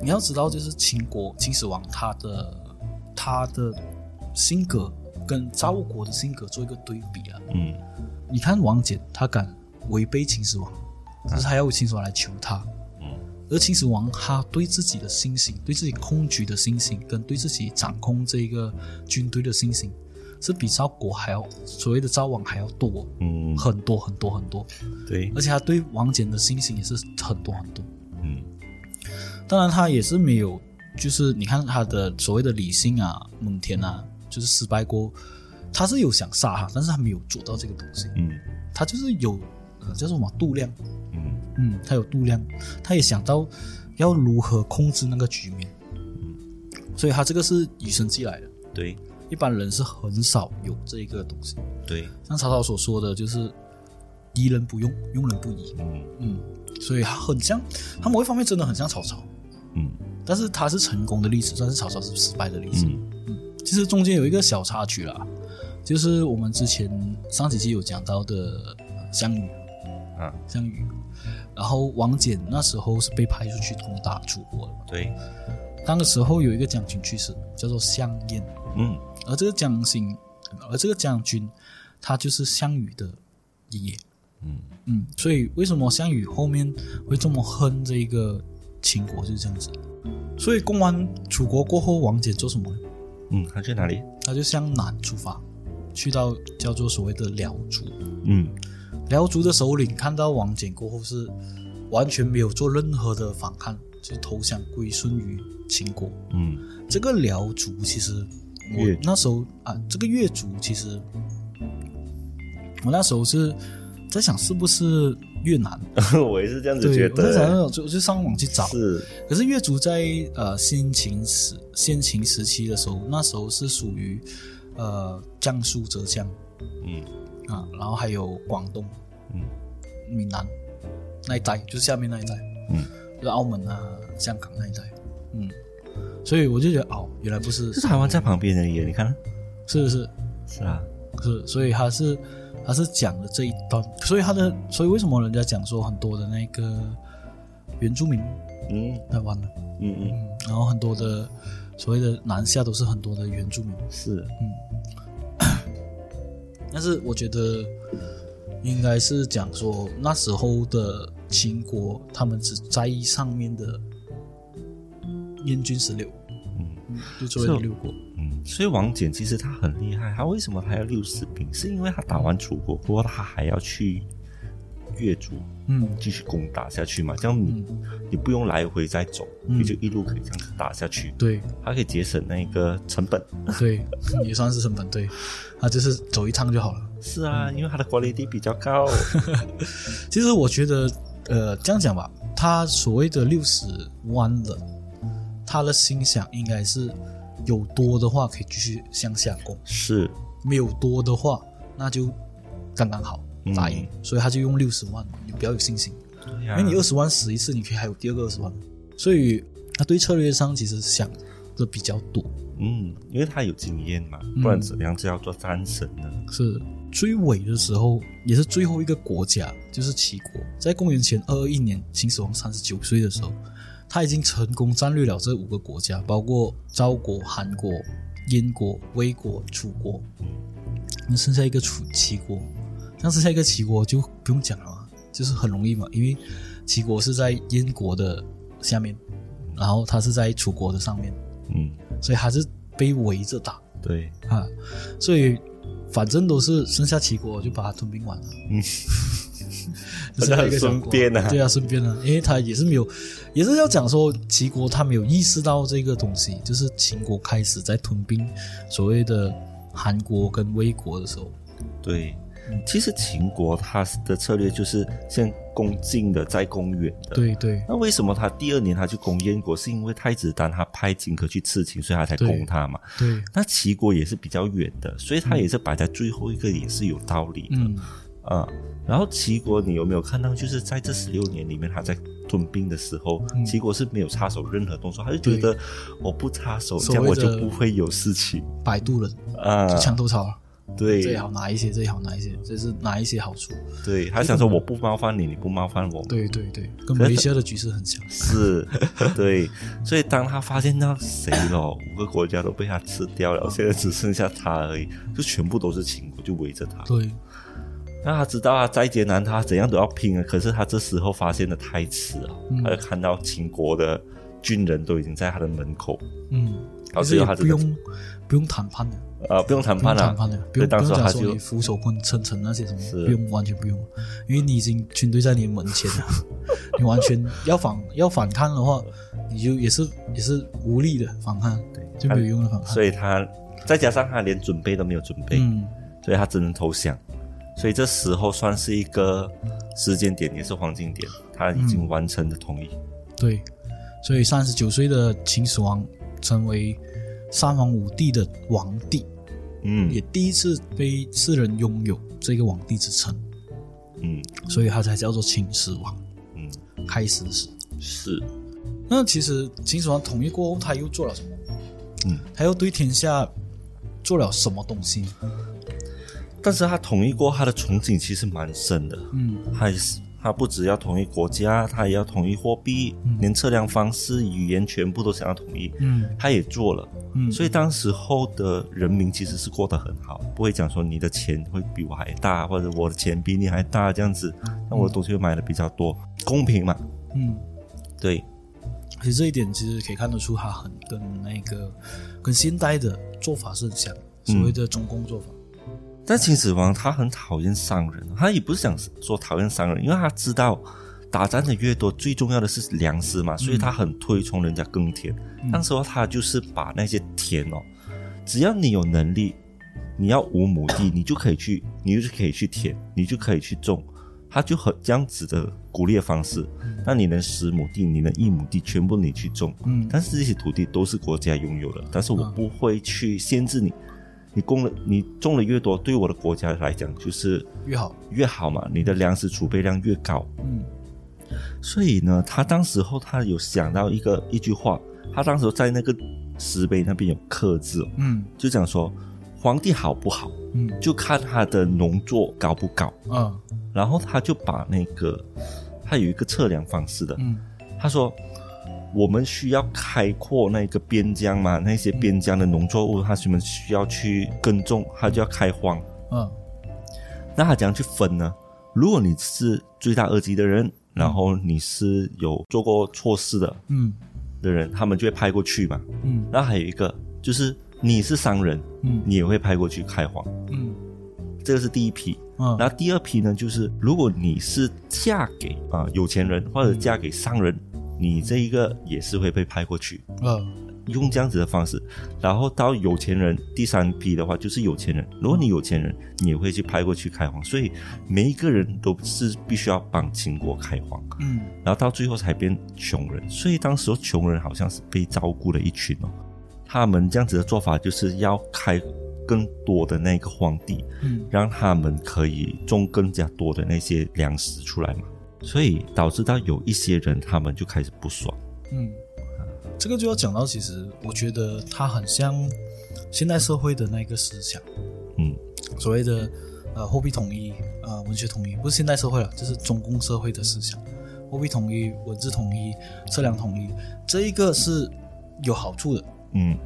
Speaker 1: 你要知道，就是秦国秦始皇他的他的性格跟赵国的性格做一个对比啊。
Speaker 2: 嗯
Speaker 1: 你看王翦，他敢违背秦始皇，只是他要秦始皇来求他。
Speaker 2: 嗯
Speaker 1: 而秦始皇他对自己的信心、对自己空局的信心，跟对自己掌控这个军队的信心，是比赵国还要所谓的赵王还要多
Speaker 2: 嗯，
Speaker 1: 很多很多很多。
Speaker 2: 对，
Speaker 1: 而且他对王翦的信心也是很多很多。
Speaker 2: 嗯
Speaker 1: 当然，他也是没有，就是你看他的所谓的理性啊、蒙恬啊，就是失败过，他是有想杀他，但是他没有做到这个东西，
Speaker 2: 嗯
Speaker 1: 他就是有呃叫做什么度量，
Speaker 2: 嗯
Speaker 1: 嗯，他有度量，他也想到要如何控制那个局面，所以他这个是与生俱来的，
Speaker 2: 对
Speaker 1: 一般人是很少有这一个东西。
Speaker 2: 对，
Speaker 1: 像曹操所说的，就是疑人不用，用人不疑，
Speaker 2: 嗯
Speaker 1: 嗯，所以他很像，他某一方面真的很像曹操，
Speaker 2: 嗯
Speaker 1: 但是他是成功的例子，但是曹操是失败的例子。
Speaker 2: 嗯
Speaker 1: 其实中间有一个小插曲啦，就是我们之前上几期有讲到的呃项羽，
Speaker 2: 啊
Speaker 1: 项羽，然后王翦那时候是被派出去攻打楚国的嘛，
Speaker 2: 对，
Speaker 1: 那个时候有一个将军去世，叫做项燕，
Speaker 2: 嗯
Speaker 1: 而这个将军，而这个将军，他就是项羽的爷爷，
Speaker 2: 嗯
Speaker 1: 嗯，所以为什么项羽后面会这么恨这一个秦国就是这样子，所以攻完楚国过后，王翦做什么呢？
Speaker 2: 嗯，他去哪里？
Speaker 1: 他就向南出发，去到叫做所谓的辽族。
Speaker 2: 嗯
Speaker 1: 辽族的首领看到王翦过后是完全没有做任何的反抗，就投降归顺于秦国。
Speaker 2: 嗯
Speaker 1: 这个辽族其实我
Speaker 2: 越
Speaker 1: 那时候啊，这个越族其实我那时候是在想是不是越南？
Speaker 2: 我也是这样子觉
Speaker 1: 对，我在想
Speaker 2: 得，
Speaker 1: 那种就就上网去找，
Speaker 2: 是
Speaker 1: 可是越族在呃先秦时先秦时期的时候，那时候是属于呃江苏、浙江
Speaker 2: 嗯
Speaker 1: 啊，然后还有广东、
Speaker 2: 嗯
Speaker 1: 闽南那一带，就是下面那一带，
Speaker 2: 嗯，
Speaker 1: 就是澳门啊、香港那一带，嗯，所以我就觉得哦，原来不是
Speaker 2: 这是台湾在旁边而已，你看，
Speaker 1: 是是
Speaker 2: 是啊，
Speaker 1: 是，所以他是他是讲了这一段，所以他的所以为什么人家讲说很多的那个原住民
Speaker 2: 嗯
Speaker 1: 台湾呢？
Speaker 2: 嗯嗯，
Speaker 1: 嗯，然后很多的所谓的南下都是很多的原住民，
Speaker 2: 是，
Speaker 1: 但是我觉得应该是讲说那时候的秦国，他们只在意上面的燕军十六，
Speaker 2: 嗯。
Speaker 1: 嗯，就作为六国，
Speaker 2: 嗯，所以王翦其实他很厉害，他为什么还要六十兵？是因为他打完楚国过后，他还要去越族
Speaker 1: 嗯
Speaker 2: 继续攻打下去嘛，这样你、
Speaker 1: 嗯，
Speaker 2: 你不用来回再走，
Speaker 1: 嗯
Speaker 2: 你就一路可以这样子打下去，
Speaker 1: 对
Speaker 2: 他可以节省那个成本。
Speaker 1: 对， 也算是成本，对，他就是走一趟就好了。
Speaker 2: 是啊，因为他的管理地比较 高。
Speaker 1: 其实我觉得，呃，这样讲吧，他所谓的六十万人，他的心想应该是有多的话可以继续向下攻，
Speaker 2: 是，
Speaker 1: 没有多的话那就刚刚好
Speaker 2: 嗯
Speaker 1: 打赢，所以他就用六十万，你比较有信心，
Speaker 2: 对
Speaker 1: 因
Speaker 2: 呀、
Speaker 1: 为你二十万死一次，你可以还有第二个二十万，所以他对策略上其实想的比较多，
Speaker 2: 嗯，因为他有经验嘛，不然怎样叫做战神呢？
Speaker 1: 是追尾的时候，也是最后一个国家，就是齐国。在公元前二二一年，秦始皇三十九岁的时候，他已经成功战略了这五个国家，包括赵国、韩国、燕国、魏国、楚国，那剩下一个楚齐国。那剩下一个齐国就不用讲了嘛，就是很容易嘛，因为齐国是在燕国的下面，然后他是在楚国的上面，
Speaker 2: 嗯，
Speaker 1: 所以他是被围着打。
Speaker 2: 对，
Speaker 1: 啊，所以反正都是剩下齐国就把它吞并完了。
Speaker 2: 嗯
Speaker 1: 这是他一个小
Speaker 2: 很
Speaker 1: 国
Speaker 2: 顺便啊
Speaker 1: 对啊，顺便啊，因为他也是没有，也是要讲说齐国他没有意识到这个东西，就是秦国开始在吞并所谓的韩国跟魏国的时候，
Speaker 2: 嗯对，其实秦国它的策略就是先攻近的，再攻远的。，
Speaker 1: 对对
Speaker 2: 那为什么他第二年他去攻燕国？是因为太子丹他派荆轲去刺秦，所以他才
Speaker 1: 对
Speaker 2: 攻他嘛。
Speaker 1: 对，
Speaker 2: 那齐国也是比较远的，所以他也是摆在最后一个，也是有道理的。
Speaker 1: 嗯，
Speaker 2: 啊。然后齐国，你有没有看到？就是在这十六年里面，他在吞并的时候，
Speaker 1: 嗯
Speaker 2: 齐国是没有插手任何动作，他就觉得我不插手，
Speaker 1: 所
Speaker 2: 这
Speaker 1: 谓
Speaker 2: 样我就
Speaker 1: 的
Speaker 2: 不会有事情
Speaker 1: 摆渡人
Speaker 2: 啊。
Speaker 1: 就墙头草啊，这里
Speaker 2: 对
Speaker 1: 好拿一些，这里好拿一些，这是拿一些好处，
Speaker 2: 对，他想说我不冒犯你，你不冒犯我，
Speaker 1: 嗯对对对，跟马来西亚的局势很像，
Speaker 2: 是，对。所以当他发现到谁了，五个国家都被他吃掉了，现在只剩下他而已，就全部都是秦国，就围着他。
Speaker 1: 对
Speaker 2: 那他知道他再艰难，他怎样都要拼啊。可是他这时候发现的太迟了，
Speaker 1: 嗯
Speaker 2: 他就看到秦国的军人都已经在他的门口，
Speaker 1: 嗯，
Speaker 2: 然后
Speaker 1: 其
Speaker 2: 最
Speaker 1: 实也
Speaker 2: 后他
Speaker 1: 不
Speaker 2: 真的
Speaker 1: 用不用谈判的，
Speaker 2: 呃不用谈
Speaker 1: 不用
Speaker 2: 判
Speaker 1: 谈
Speaker 2: 了
Speaker 1: 判的，，不
Speaker 2: 所
Speaker 1: 用
Speaker 2: 以
Speaker 1: 不
Speaker 2: 当
Speaker 1: 用
Speaker 2: 时
Speaker 1: 讲
Speaker 2: 他
Speaker 1: 说
Speaker 2: 就
Speaker 1: 你俯首困称臣那些什么，
Speaker 2: 是
Speaker 1: 不用完全不用，因为你已经军队在你门前了，你完全要反要反抗的话，你就也是也是无力的反抗，就没有用的反抗。
Speaker 2: 所以他再加上他连准备都没有准备，
Speaker 1: 嗯，
Speaker 2: 所以他只能投降。所以这时候算是一个时间点，也是黄金点，他已经完成了统一。
Speaker 1: 对，所以三十九岁的秦始皇成为三皇五帝的皇帝，
Speaker 2: 嗯
Speaker 1: 也第一次被世人拥有这个皇帝之称，
Speaker 2: 嗯
Speaker 1: 所以他才叫做秦始皇
Speaker 2: 嗯，
Speaker 1: 开始时。
Speaker 2: 是
Speaker 1: 那其实秦始皇统一过后，他又做了什么？
Speaker 2: 嗯，
Speaker 1: 他又对天下做了什么东西？
Speaker 2: 但是他统一过，他的憧憬其实蛮深的。
Speaker 1: 嗯
Speaker 2: 他也是他不只要统一国家，他也要统一货币，连测量方式、语言全部都想要统一。
Speaker 1: 嗯
Speaker 2: 他也做了，
Speaker 1: 嗯，
Speaker 2: 所以当时候的人民其实是过得很好，不会讲说你的钱会比我还大，或者我的钱比你还大这样子，那我的东西会买的比较多，公平嘛？
Speaker 1: 嗯，
Speaker 2: 对，
Speaker 1: 而且这一点其实可以看得出，他很跟那个跟现代的做法是很像，所谓的中共做法。
Speaker 2: 但秦始皇他很讨厌商人，他也不是想说讨厌商人，因为他知道打仗的越多，最重要的是粮食嘛，所以他很推崇人家耕田。当时候他就是把那些田哦，只要你有能力，你要五亩地，你就可以去，你就可以去田，你就可以去种。他就很这样子的鼓励的方式，那你能十亩地，你能一亩地，全部你去种，
Speaker 1: 嗯
Speaker 2: 但是这些土地都是国家拥有的，但是我不会去限制你，你供了你种的越多，对我的国家来讲就是
Speaker 1: 越好，
Speaker 2: 越好嘛，你的粮食储备量越高。
Speaker 1: 嗯
Speaker 2: 所以呢，他当时候他有想到一个一句话，他当时候在那个石碑那边有刻字、哦，
Speaker 1: 嗯
Speaker 2: 就讲说皇帝好不好，
Speaker 1: 嗯
Speaker 2: 就看他的农作高不高。
Speaker 1: 啊
Speaker 2: 然后他就把那个他有一个测量方式的，
Speaker 1: 嗯
Speaker 2: 他说我们需要开阔那个边疆嘛，那些边疆的农作物，他什么需要去耕种，他就要开荒。
Speaker 1: 啊
Speaker 2: 那他怎样去分呢？如果你是罪大恶极的人，然后你是有做过错事的
Speaker 1: 嗯
Speaker 2: 的人，他们就会派过去嘛。
Speaker 1: 嗯
Speaker 2: 那还有一个就是你是商人，
Speaker 1: 嗯
Speaker 2: 你也会派过去开荒，
Speaker 1: 嗯
Speaker 2: 这个是第一批。
Speaker 1: 啊
Speaker 2: 然后第二批呢，就是如果你是嫁给啊、有钱人或者嫁给商人，你这一个也是会被派过去，
Speaker 1: 啊
Speaker 2: 用这样子的方式。然后到有钱人第三批的话，就是有钱人，如果你有钱人，你也会去派过去开荒。所以每一个人都是必须要帮秦国开荒，啊
Speaker 1: 嗯
Speaker 2: 然后到最后才变穷人。所以当时候穷人好像是被照顾的一群哦，他们这样子的做法就是要开更多的那个荒地，
Speaker 1: 嗯
Speaker 2: 让他们可以种更加多的那些粮食出来嘛，所以导致到有一些人他们就开始不爽。
Speaker 1: 嗯，这个就要讲到，其实我觉得它很像现代社会的那个思想。
Speaker 2: 嗯
Speaker 1: 所谓的呃货币统一、呃文学统一，不是现代社会了，就是中共社会的思想，货币统一、文字统一、测量统一，这一个是有好处的。
Speaker 2: 嗯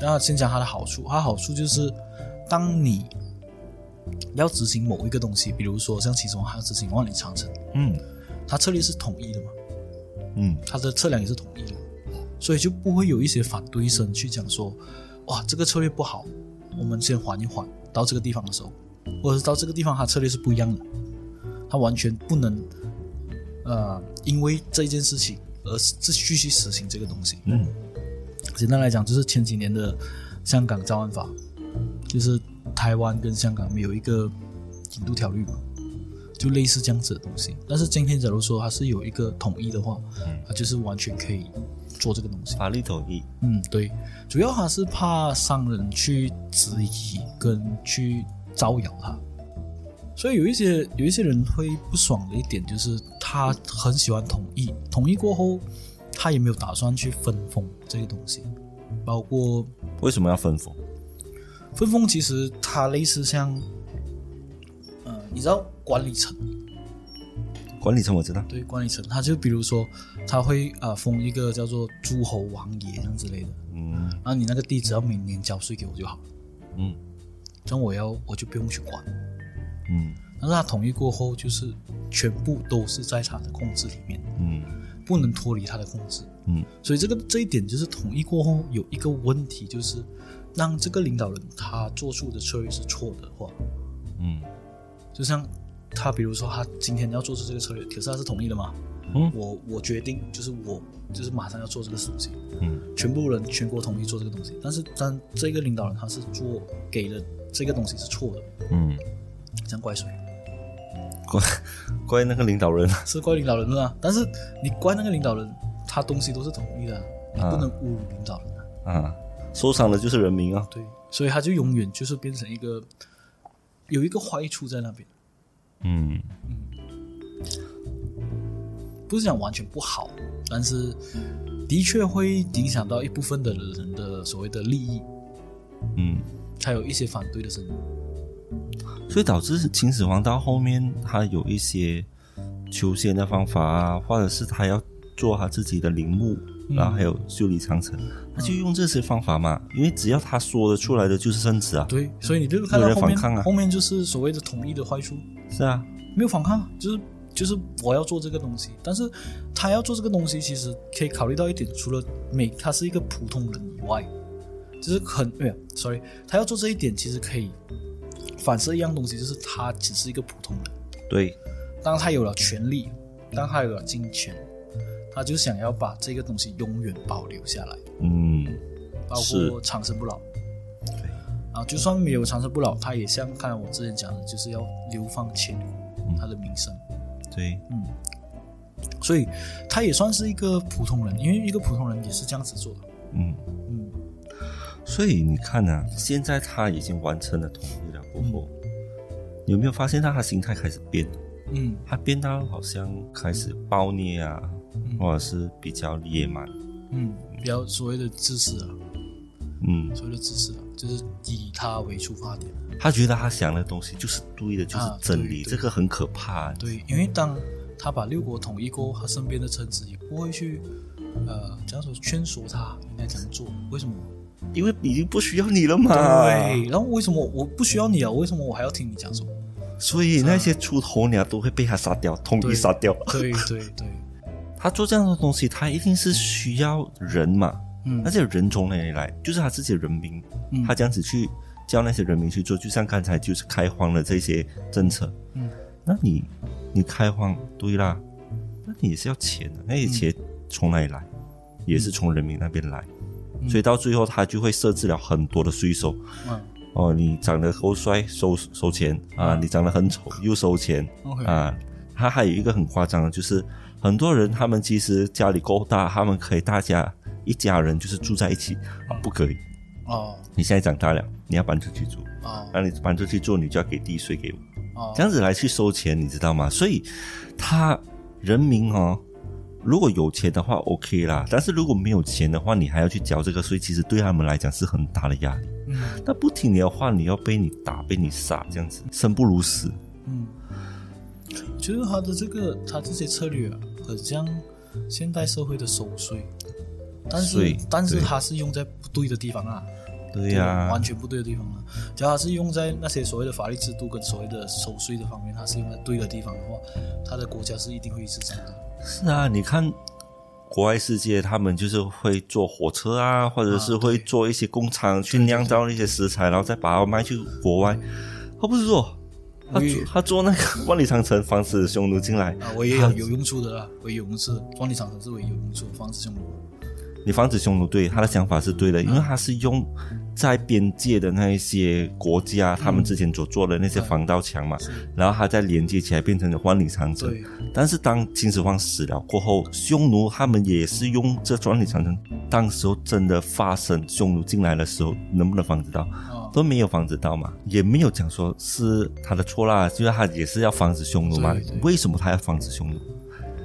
Speaker 1: 那先讲它的好处，它的好处就是当你要执行某一个东西，比如说像其中它要执行万里长城，
Speaker 2: 嗯
Speaker 1: 它策略是统一的嘛，
Speaker 2: 嗯，
Speaker 1: 它的测量也是统一的，所以就不会有一些反对声去讲说，哇，这个策略不好，我们先缓一缓，到这个地方的时候，或者是到这个地方，它策略是不一样的。他完全不能呃因为这件事情而是继续实行这个东西。
Speaker 2: 嗯，
Speaker 1: 简单来讲，就是前几年的香港招安法，就是台湾跟香港没有一个引渡条例嘛，就类似这样子的东西。但是今天假如说它是有一个统一的话，它就是完全可以做这个东西。
Speaker 2: 法律统一，
Speaker 1: 嗯，对，主要还是怕商人去质疑跟去招摇他，所以有一些有一些人会不爽的一点就是他很喜欢统一，统一过后他也没有打算去分封这个东西，包括
Speaker 2: 为什么要分封？
Speaker 1: 分封其实它类似像，呃，你知道管理层
Speaker 2: 管理层我知道，
Speaker 1: 对管理层，他就比如说他会啊、呃封一个叫做诸侯王爷这样之类的，
Speaker 2: 嗯
Speaker 1: 然后你那个地只要每年交税给我就好了。
Speaker 2: 嗯
Speaker 1: 这样我要我就不用去管。
Speaker 2: 嗯
Speaker 1: 但是他统一过后，就是全部都是在他的控制里面，
Speaker 2: 嗯
Speaker 1: 不能脱离他的控制。
Speaker 2: 嗯
Speaker 1: 所以这个这一点就是统一过后有一个问题，就是让这个领导人他做出的策略是错的话，
Speaker 2: 嗯
Speaker 1: 就像他比如说他今天要做出这个策略，可是他是同意的嘛？
Speaker 2: 嗯
Speaker 1: 我我决定就是我就是马上要做这个事情，
Speaker 2: 嗯
Speaker 1: 全部人全国统一做这个东西。但是但这个领导人他是做给了这个东西是错的，
Speaker 2: 嗯，
Speaker 1: 这样怪谁？
Speaker 2: 怪怪那个领导人，
Speaker 1: 是怪领导人的啊，但是你怪那个领导人，他东西都是统一的啊，你不能侮辱领导人啊。
Speaker 2: 啊，受伤的就是人民啊、
Speaker 1: 对，所以他就永远就是变成一个有一个坏处在那边，
Speaker 2: 嗯
Speaker 1: 不是讲完全不好，但是的确会影响到一部分的人的所谓的利益，
Speaker 2: 嗯，
Speaker 1: 才有一些反对的声音。
Speaker 2: 所以导致秦始皇到后面他有一些求仙的方法啊，或者是他要做他自己的陵墓，
Speaker 1: 嗯
Speaker 2: 然后还有修理长城，他就用这些方法嘛，因为只要他说得出来的就是圣旨啊，
Speaker 1: 对，所以你就看到
Speaker 2: 没有人
Speaker 1: 后面、
Speaker 2: 反抗啊
Speaker 1: 后面就是所谓的统一的坏处，
Speaker 2: 是啊，
Speaker 1: 没有反抗，就是就是我要做这个东西，但是他要做这个东西，其实可以考虑到一点，除了每他是一个普通人以外，就是很没有，sorry，他要做这一点，其实可以反射一样东西，就是他只是一个普通人，
Speaker 2: 对，
Speaker 1: 当他有了权利，当他有了金钱，他就想要把这个东西永远保留下来，
Speaker 2: 嗯
Speaker 1: 包
Speaker 2: 是
Speaker 1: 括长生不老。啊，就算没有长生不老，他也像看我之前讲的，就是要流芳千古，他的名声。
Speaker 2: 对，
Speaker 1: 嗯，所以他也算是一个普通人，因为一个普通人也是这样子做的。
Speaker 2: 嗯。
Speaker 1: 嗯，
Speaker 2: 所以你看啊，现在他已经完成了统一了过后，有没有发现到他形态开始变了？
Speaker 1: 嗯
Speaker 2: 他变到好像开始暴虐啊，或者是比较野蛮，
Speaker 1: 嗯，比较所谓的自私啊，
Speaker 2: 嗯，
Speaker 1: 所谓的自私啊，就是以他为出发点。
Speaker 2: 他觉得他想的东西就是对的，就是
Speaker 1: 啊
Speaker 2: 真
Speaker 1: 对
Speaker 2: 理，
Speaker 1: 对
Speaker 2: 这个很可怕、
Speaker 1: 对，因为当他把六国统一过后，他身边的臣子也不会去，呃，这样说劝说他应该怎么做。为什么？
Speaker 2: 因为已经不需要你了嘛。
Speaker 1: 对，，然后为什么我不需要你啊？为什么我还要听你讲什么？
Speaker 2: 所以那些出头鸟都会被他杀掉，统一
Speaker 1: 啊对
Speaker 2: 杀掉。
Speaker 1: 对对对，
Speaker 2: 他做这样的东西，他一定是需要人嘛，
Speaker 1: 嗯
Speaker 2: 那，些人从哪里来？就是他自己的人民，
Speaker 1: 嗯
Speaker 2: 他这样子去叫那些人民去做，就像刚才就是开荒的这些政策，
Speaker 1: 嗯，
Speaker 2: 那你你开荒对啦，那你也是要钱的、那些钱从哪里来？也是从人民那边来，
Speaker 1: 嗯
Speaker 2: 所以到最后他就会设置了很多的税收。
Speaker 1: 嗯
Speaker 2: 哦，你长得够帅收收钱啊，你长得很丑又收钱
Speaker 1: OK
Speaker 2: 啊。他还有一个很夸张的，就是很多人他们其实家里够大，他们可以大家一家人就是住在一起啊，不可以。
Speaker 1: 哦
Speaker 2: 你现在长大了，你要搬出去住，
Speaker 1: 哦
Speaker 2: 那你搬出去住，你就要给地税给我，
Speaker 1: 哦
Speaker 2: 这，样子来去收钱，你知道吗？所以他人民哦，如果有钱的话 OK 啦，但是如果没有钱的话，你还要去交这个税，其实对他们来讲是很大的压力。
Speaker 1: 嗯
Speaker 2: 那不听你的话，你要被你打，被你杀，这样子生不如死。
Speaker 1: 嗯，我觉得他的这个他这些策略啊，很像现代社会的收税，但是
Speaker 2: 税
Speaker 1: 但是
Speaker 2: 对
Speaker 1: 他是用在不对的地方啊，
Speaker 2: 对呀、
Speaker 1: 吧完全不对的地方啊。只要他是用在那些所谓的法律制度跟所谓的收税的方面，他是用在对的地方的话，他的国家是一定会一直长大。
Speaker 2: 是啊，你看国外世界，他们就是会坐火车啊，或者是
Speaker 1: 啊
Speaker 2: 会
Speaker 1: 对
Speaker 2: 做哦一些工厂去酿造那些食材，然后再把它卖去国外。他不是说他
Speaker 1: 我也
Speaker 2: 他做那个万里长城防止匈奴进来，
Speaker 1: 啊，我也有有用处的啦，我也有用处的，万里长城是我也有用处的，方式匈奴。
Speaker 2: 你防止匈奴对他的想法是对的，因为他是用在边界的那一些国家，他们之前所做的那些防盗墙嘛，然后他再连接起来变成了万里长城。
Speaker 1: 对，
Speaker 2: 但是当秦始皇死了过后，匈奴他们也是用这万里长城，当时候真的发生匈奴进来的时候，能不能防止到？
Speaker 1: 啊，
Speaker 2: 都没有防止到嘛，也没有讲说是他的错啦，就是他也是要防止匈奴嘛
Speaker 1: 对对。
Speaker 2: 为什么他要防止匈奴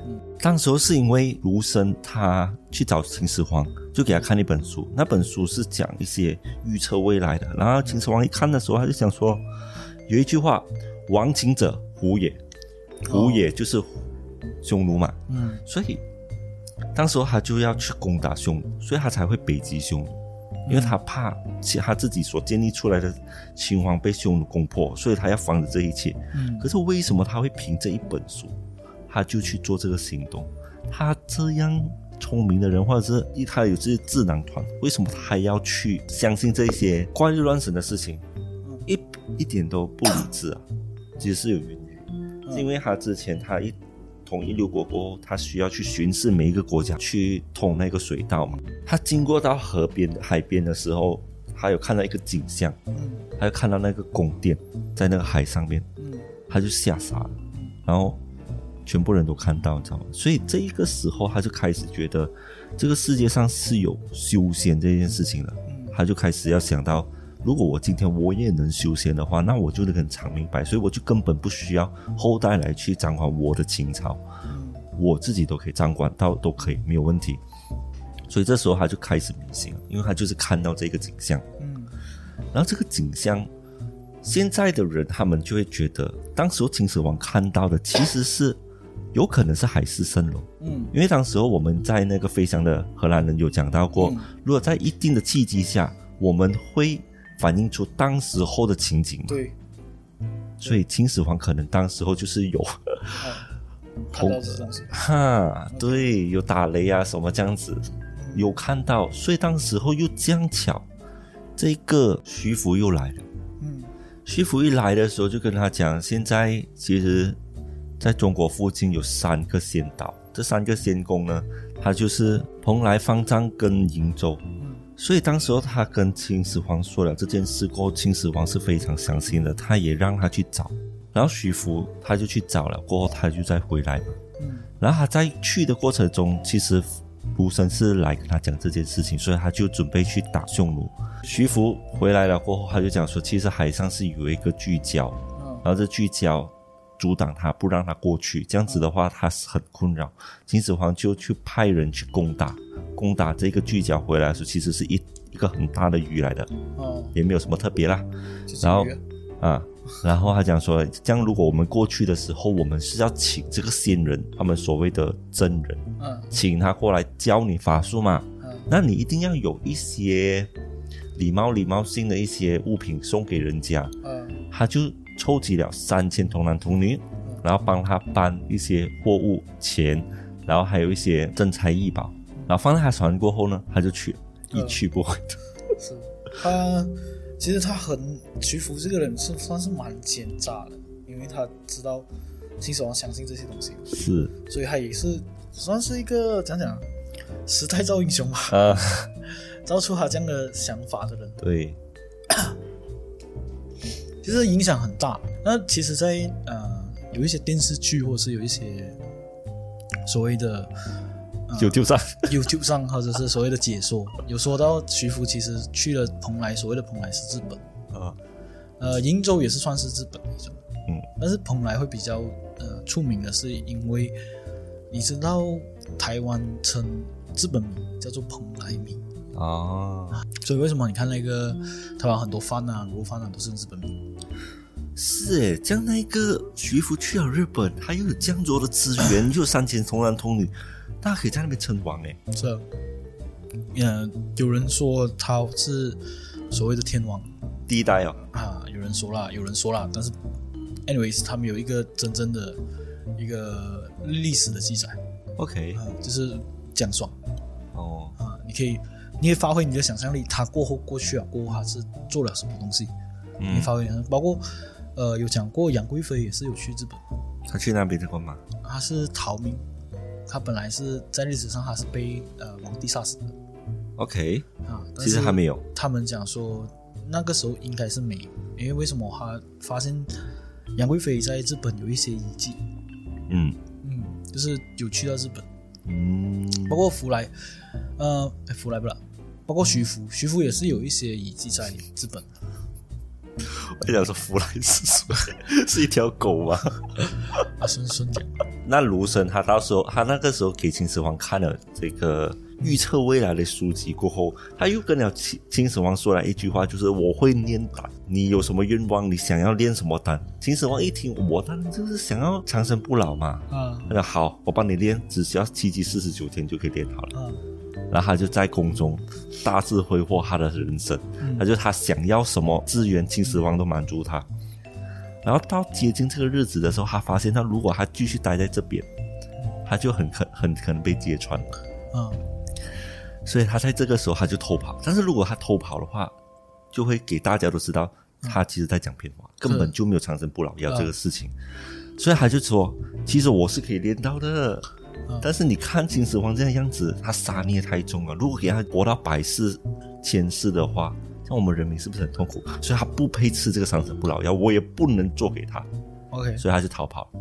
Speaker 1: 嗯？
Speaker 2: 当时候是因为卢生他去找秦始皇，就给他看一本书，那本书是讲一些预测未来的。然后秦始皇一看的时候，他就想说，有一句话：“亡秦者胡也”，
Speaker 1: 哦
Speaker 2: 胡也就是匈奴嘛。
Speaker 1: 嗯，
Speaker 2: 所以当时候他就要去攻打匈奴，所以他才会北击匈奴，因为他怕其他自己所建立出来的秦皇被匈奴攻破，所以他要防止这一切。
Speaker 1: 嗯
Speaker 2: 可是为什么他会凭这一本书，他就去做这个行动？他这样聪明的人，或者是一他有这些智囊团，为什么他还要去相信这些怪力乱神的事情？一一点都不理智啊！其实是有原因，是因为他之前他一统一六国过后，他需要去巡视每一个国家，去通那个水道嘛。他经过到河边海边的时候，他有看到一个景象，
Speaker 1: 嗯
Speaker 2: 他有看到那个宫殿在那个海上面，
Speaker 1: 嗯
Speaker 2: 他就吓傻了，然后全部人都看到，你知道吗？所以这一个时候，他就开始觉得这个世界上是有修仙这件事情了，
Speaker 1: 嗯
Speaker 2: 他就开始要想到，如果我今天我也能修仙的话，那我就能很长明白，所以我就根本不需要后代来去掌管我的情操，
Speaker 1: 嗯
Speaker 2: 我自己都可以掌管到，都可以没有问题。所以这时候他就开始迷信了，因为他就是看到这个景象。
Speaker 1: 嗯
Speaker 2: 然后这个景象，现在的人他们就会觉得，当时候秦始皇看到的其实是有可能是海市蜃楼，
Speaker 1: 嗯
Speaker 2: 因为当时候我们在那个飞翔的荷兰人有讲到过，
Speaker 1: 嗯
Speaker 2: 如果在一定的契机下，我们会反映出当时候的情景嘛，
Speaker 1: 对，
Speaker 2: 所以秦始皇可能当时候就是有
Speaker 1: 看到这东西，
Speaker 2: 哈，对，有打雷啊什么这样子，有看到，所以当时候又这样巧，这个徐福又来了。
Speaker 1: 嗯
Speaker 2: 徐福一来的时候就跟他讲，现在其实在中国附近有三个仙岛，这三个仙宫呢，它就是蓬莱、方丈跟瀛洲。所以当时候他跟秦始皇说了这件事过后，秦始皇是非常相信的，他也让他去找。然后徐福他就去找了，过后他就再回来嘛。
Speaker 1: 嗯
Speaker 2: 然后他在去的过程中，其实卢生是来跟他讲这件事情，所以他就准备去打匈奴。徐福回来了过后，他就讲说，其实海上是有一个巨礁，
Speaker 1: 嗯
Speaker 2: 然后这巨礁阻挡他，不让他过去。这样子的话，他是很困扰。秦始皇就去派人去攻打，攻打这个巨礁。回来的时候，其实是一一个很大的鱼来的，
Speaker 1: 哦，
Speaker 2: 也没有什么特别啦。
Speaker 1: 这是
Speaker 2: 然后
Speaker 1: 鱼啊
Speaker 2: 啊，然后他讲说，这样如果我们过去的时候，我们是要请这个仙人，他们所谓的真人，
Speaker 1: 嗯
Speaker 2: 请他过来教你法术嘛。
Speaker 1: 嗯
Speaker 2: 那你一定要有一些礼貌礼貌性的一些物品送给人家。
Speaker 1: 嗯
Speaker 2: 他就凑齐了三千童男童女，然后帮他搬一些货物、钱，然后还有一些真材异宝，然后放在他船过后呢，他就去了，一去不回头。
Speaker 1: 是他，其实他很徐福这个人是算是蛮奸诈的，因为他知道秦始皇相信这些东西，
Speaker 2: 是，
Speaker 1: 所以他也是算是一个讲讲啊时代造英雄吧，
Speaker 2: 呃，
Speaker 1: 造出他这样的想法的人。
Speaker 2: 对，
Speaker 1: 其实影响很大。那其实在，呃有一些电视剧，或是有一些所谓的
Speaker 2: 九九三，
Speaker 1: YouTube 上，或者是所谓的解说，有说到徐福其实去了蓬莱，所谓的蓬莱是日本，
Speaker 2: 啊，
Speaker 1: 呃，瀛洲也是算是日本的一种，
Speaker 2: 嗯，
Speaker 1: 但是蓬莱会比较呃出名的是因为你知道台湾称日本米叫做蓬莱米，
Speaker 2: 哦，
Speaker 1: 所以为什么你看那个台湾很多饭啊、卤肉饭啊都是用日本米？
Speaker 2: 是诶，这样那个徐福去了日本，他又有这样多的资源，又有三千童男童女，大家可以在那边称王诶。
Speaker 1: 是啊，呃，有人说他是所谓的天王
Speaker 2: 第一代哦，
Speaker 1: 啊，有人说啦，有人说啦，但是，anyways，他们有一个真正的一个历史的记载
Speaker 2: OK，
Speaker 1: 啊，就是蒋爽
Speaker 2: 哦，
Speaker 1: 啊，你可以，你可以发挥你的想象力，他过后过去啊，过后他是做了什么东西，你
Speaker 2: 嗯
Speaker 1: 发挥你的想象力，包括呃，有讲过杨贵妃也是有去日本，
Speaker 2: 他去那边的干嘛？
Speaker 1: 她是逃民，她本来是在历史上她是被呃皇帝杀死的
Speaker 2: OK，
Speaker 1: 啊，但
Speaker 2: 其实
Speaker 1: 是
Speaker 2: 还没有。
Speaker 1: 他们讲说那个时候应该是没有，因为为什么他发现杨贵妃在日本有一些遗迹，
Speaker 2: 嗯
Speaker 1: 嗯，就是有去到日本，
Speaker 2: 嗯，
Speaker 1: 包括福来，呃，诶福来不了，包括徐福，徐福也是有一些遗迹在日本，
Speaker 2: 我想说福 来是什么？是一条狗吗？
Speaker 1: 啊，孙孙讲，
Speaker 2: 那卢生他到时候，他那个时候给秦始皇看了这个预测未来的书籍过后，他又跟了秦秦始皇说了一句话，就是我会炼丹，你有什么愿望，你想要炼什么丹？秦始皇一听，我当然就是想要长生不老嘛。
Speaker 1: 啊
Speaker 2: 那好，我帮你炼，只需要七七四十九天就可以炼好了。
Speaker 1: 啊，
Speaker 2: 然后他就在宫中大肆挥霍他的人生，
Speaker 1: 嗯
Speaker 2: 他就他想要什么资源，秦始皇都满足他。然后到接近这个日子的时候，他发现他如果他继续待在这边，他就很可很可能被揭穿了。
Speaker 1: 啊，
Speaker 2: 所以他在这个时候他就偷跑，但是如果他偷跑的话，就会给大家都知道他其实在讲骗话，根本就没有长生不老药
Speaker 1: 嗯
Speaker 2: 这个事情。所以他就说，其实我是可以练到的。
Speaker 1: 嗯
Speaker 2: 但是你看秦始皇这样样子，他杀孽太重了。如果给他活到百世、千世的话，像我们人民是不是很痛苦？所以他不配吃这个长生不老药，我也不能做给他。
Speaker 1: ，OK，
Speaker 2: 所以他就逃跑。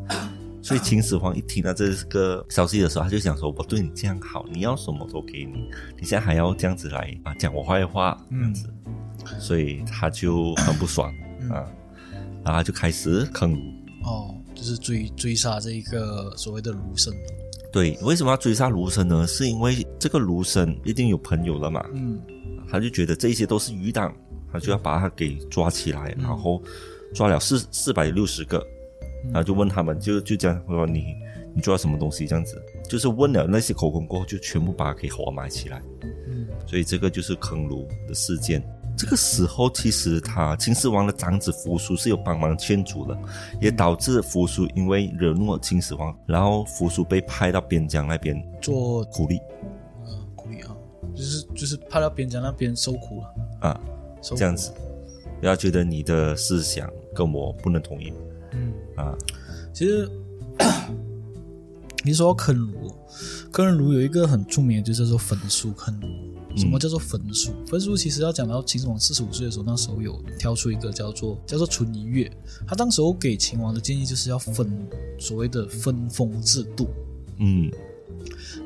Speaker 2: 所以秦始皇一听到这个消息的时候，他就想说：“我对你这样好，你要什么都给你，你现在还要这样子来啊讲我坏话，这样子。所以他就很不爽、啊，然后他就开始坑儒。
Speaker 1: 哦，就是追追杀这一个所谓的儒生，
Speaker 2: 对，为什么要追杀儒生呢？是因为这个儒生一定有朋友了嘛，
Speaker 1: 嗯
Speaker 2: 他就觉得这一些都是余党，他就要把他给抓起来，然后抓了四四百六十个，然后就问他们，就就这样说你你做了什么东西这样子，就是问了那些口供过后，就全部把他给活埋起来，
Speaker 1: 嗯
Speaker 2: 所以这个就是坑儒的事件。这个时候，其实他秦始皇的长子扶苏是有帮忙劝阻的，也导致扶苏因为惹怒了秦始皇，然后扶苏被派到边疆那边
Speaker 1: 做
Speaker 2: 苦力
Speaker 1: 呃苦役啊，就是就是派到边疆那边受苦了，
Speaker 2: 啊，
Speaker 1: 受苦
Speaker 2: 这样子，不要觉得你的思想跟我不能统一
Speaker 1: 嗯。
Speaker 2: 啊。
Speaker 1: 其实 你说到坑儒，坑儒有一个很著名的，就叫做焚书坑儒。什么叫做焚书？焚书其实要讲到秦始皇四十五岁的时候，那时候有挑出一个叫做叫做淳于越，他当时候给秦王的建议就是要分所谓的分封制度，
Speaker 2: 嗯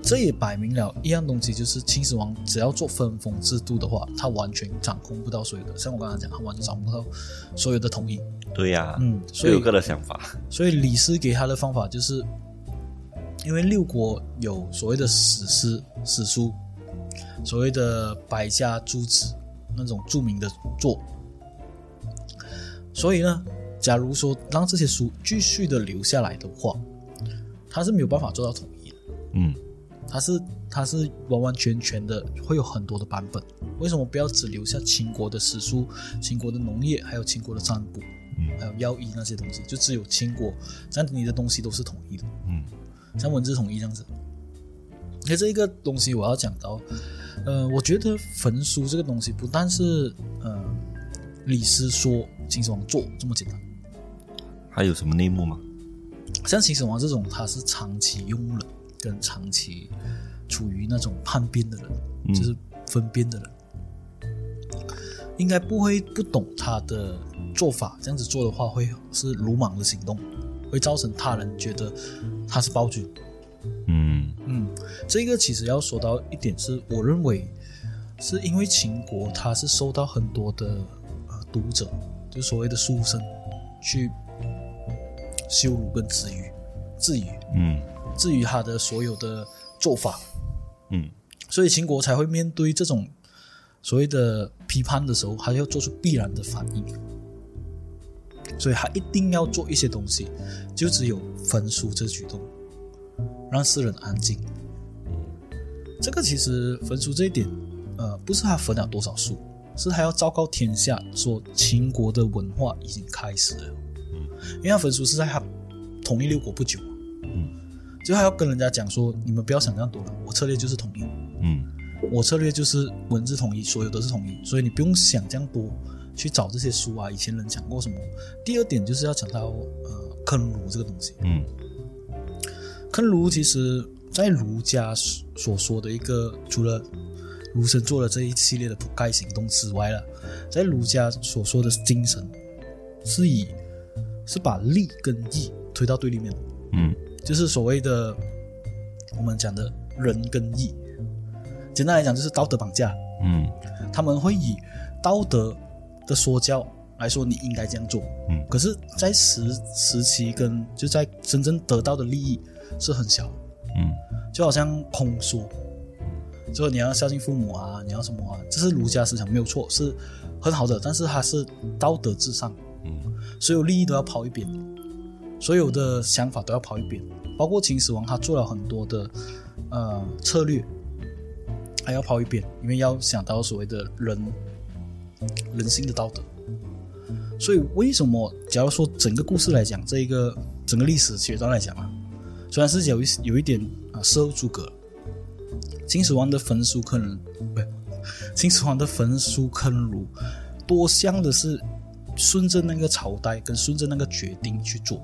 Speaker 1: 这也摆明了一样东西，就是秦始皇只要做分封制度的话，他完全掌控不到所有的，像我刚才讲，他完全掌控不到所有的统一。，
Speaker 2: 对呀、
Speaker 1: 嗯，
Speaker 2: 各
Speaker 1: 所以
Speaker 2: 有各的想法。
Speaker 1: 所以李斯给他的方法就是，因为六国有所谓的史诗、史书，所谓的百家诸子那种著名的作，所以呢，假如说让这些书继续的留下来的话，他是没有办法做到统一的。
Speaker 2: 嗯
Speaker 1: 它是它是完完全全的会有很多的版本。为什么不要只留下秦国的史书、秦国的农业，还有秦国的占卜，
Speaker 2: 嗯
Speaker 1: 还有药医那些东西？就只有秦国，这样你的东西都是统一的，
Speaker 2: 嗯
Speaker 1: 像文字统一这样子。那这一个东西我要讲到，呃，我觉得焚书这个东西不但是呃李斯说秦始皇做这么简单，
Speaker 2: 还有什么内幕吗？
Speaker 1: 像秦始皇这种他是长期庸人，跟长期处于那种叛变的人，
Speaker 2: 嗯
Speaker 1: 就是分边的人，应该不会不懂他的做法。这样子做的话，会是鲁莽的行动，会造成他人觉得他是暴君。
Speaker 2: 嗯
Speaker 1: 嗯，这个其实要说到一点是，我认为是因为秦国它是受到很多的呃读者，就所谓的书生去羞辱跟质疑、质疑、
Speaker 2: 嗯
Speaker 1: 质疑他的所有的做法，
Speaker 2: 嗯
Speaker 1: 所以秦国才会面对这种所谓的批判的时候，他要做出必然的反应，所以他一定要做一些东西，就只有焚书这举动，让世人安静。这个其实焚书这一点，呃，不是他焚了多少书，是他要昭告天下说秦国的文化已经开始了。因为他焚书是在他统一六国不久，就他要跟人家讲说，你们不要想这样多了，我策略就是统一。
Speaker 2: 嗯
Speaker 1: 我策略就是文字统一，所有都是统一，所以你不用想这样多，去找这些书啊，以前人讲过什么。第二点就是要讲到呃坑儒这个东西，
Speaker 2: 嗯
Speaker 1: 坑儒其实在儒家所说的一个，除了儒生做了这一系列的铺盖行动之外了，在儒家所说的精神，是以是把利跟义推到对立面，
Speaker 2: 嗯
Speaker 1: 就是所谓的我们讲的仁跟义。简单来讲，就是道德绑架。
Speaker 2: 嗯
Speaker 1: 他们会以道德的说教来说你应该这样做，
Speaker 2: 嗯
Speaker 1: 可是，在时时期跟就在真正得到的利益是很小，
Speaker 2: 嗯
Speaker 1: 就好像空说，就是你要孝敬父母啊，你要什么啊，这是儒家思想没有错，是很好的，但是它是道德至上，
Speaker 2: 嗯
Speaker 1: 所有利益都要抛一边，所有的想法都要抛一边，包括秦始皇他做了很多的呃策略，还要抛一边，因为要想到所谓的人人性的道德。所以为什么，假如说整个故事来讲，这一个整个历史阶段来讲啊，虽然是有一有一点啊社会诸葛，秦始皇的焚书坑儒，不是，秦始皇的焚书坑儒，多像的是顺着那个朝代跟顺着那个决定去做，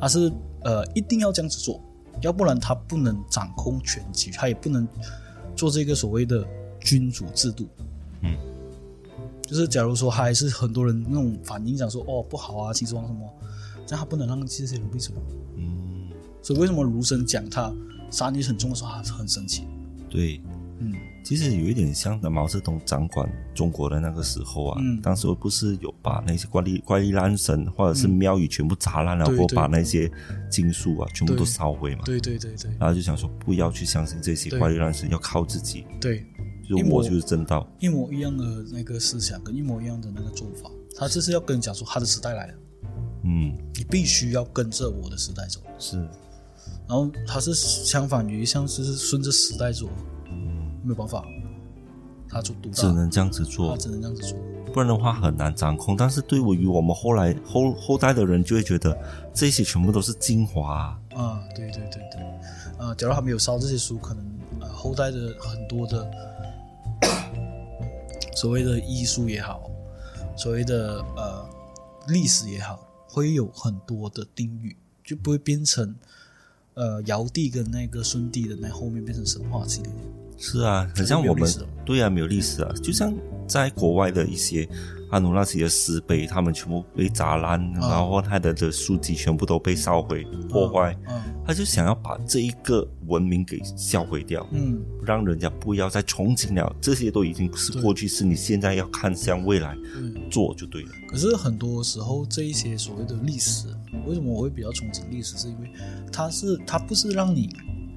Speaker 1: 他是呃一定要这样子做，要不然他不能掌控全局，他也不能做这个所谓的君主制度。
Speaker 2: 嗯，
Speaker 1: 就是假如说他还是很多人那种反应讲说哦不好啊，秦始皇什么，但他不能让这些人为什么？
Speaker 2: 嗯，
Speaker 1: 所以为什么儒生讲他杀意很重的时候，他很生气？
Speaker 2: 对。
Speaker 1: 嗯
Speaker 2: 其实有一点像毛泽东掌管中国的那个时候啊，
Speaker 1: 嗯
Speaker 2: 当时不是有把那些怪力怪力乱神或者是庙宇全部砸烂，然
Speaker 1: 对
Speaker 2: 后
Speaker 1: 对
Speaker 2: 把那些金属啊全部都烧毁嘛，
Speaker 1: 对对对对
Speaker 2: 然后就想说不要去相信这些
Speaker 1: 对
Speaker 2: 怪力乱神，要靠自己，
Speaker 1: 对，
Speaker 2: 就是我就是正道，
Speaker 1: 一模一样的那个思想跟一模一样的那个做法，他这是要跟你讲说他的时代来了，
Speaker 2: 嗯，
Speaker 1: 你必须要跟着我的时代走。
Speaker 2: 是，
Speaker 1: 然后他是相反于像是顺着时代走，
Speaker 2: 嗯，
Speaker 1: 没有办法，他就独大，
Speaker 2: 只能这样子做
Speaker 1: 他，只能这样子做。
Speaker 2: 不然的话很难掌控。但是对于我们后来后后代的人，就会觉得这些全部都是精华啊、
Speaker 1: 啊，对对对对，呃，假如他没有烧这些书，可能呃后代的很多的 所谓的医书也好，所谓的呃历史也好，会有很多的定语，就不会变成呃尧帝跟那个舜帝的那后面变成神话系列。
Speaker 2: 是啊，
Speaker 1: 它
Speaker 2: 很
Speaker 1: 就
Speaker 2: 像
Speaker 1: 没有
Speaker 2: 我
Speaker 1: 历
Speaker 2: 们
Speaker 1: 史了
Speaker 2: 对啊，没有历史啊，就像在国外的一些阿努纳奇的石碑，他们全部被砸烂，
Speaker 1: 啊
Speaker 2: 然后他的的书籍全部都被烧毁破坏，
Speaker 1: 嗯
Speaker 2: 他就想要把这一个文明给销毁掉，
Speaker 1: 嗯，
Speaker 2: 让人家不要再憧憬了。这些都已经是
Speaker 1: 对
Speaker 2: 过去式，你现在要看向未来
Speaker 1: 对。
Speaker 2: 做就对了。
Speaker 1: 可是很多时候，这一些所谓的历史，为什么我会比较憧憬历史？是因为它是它不是让你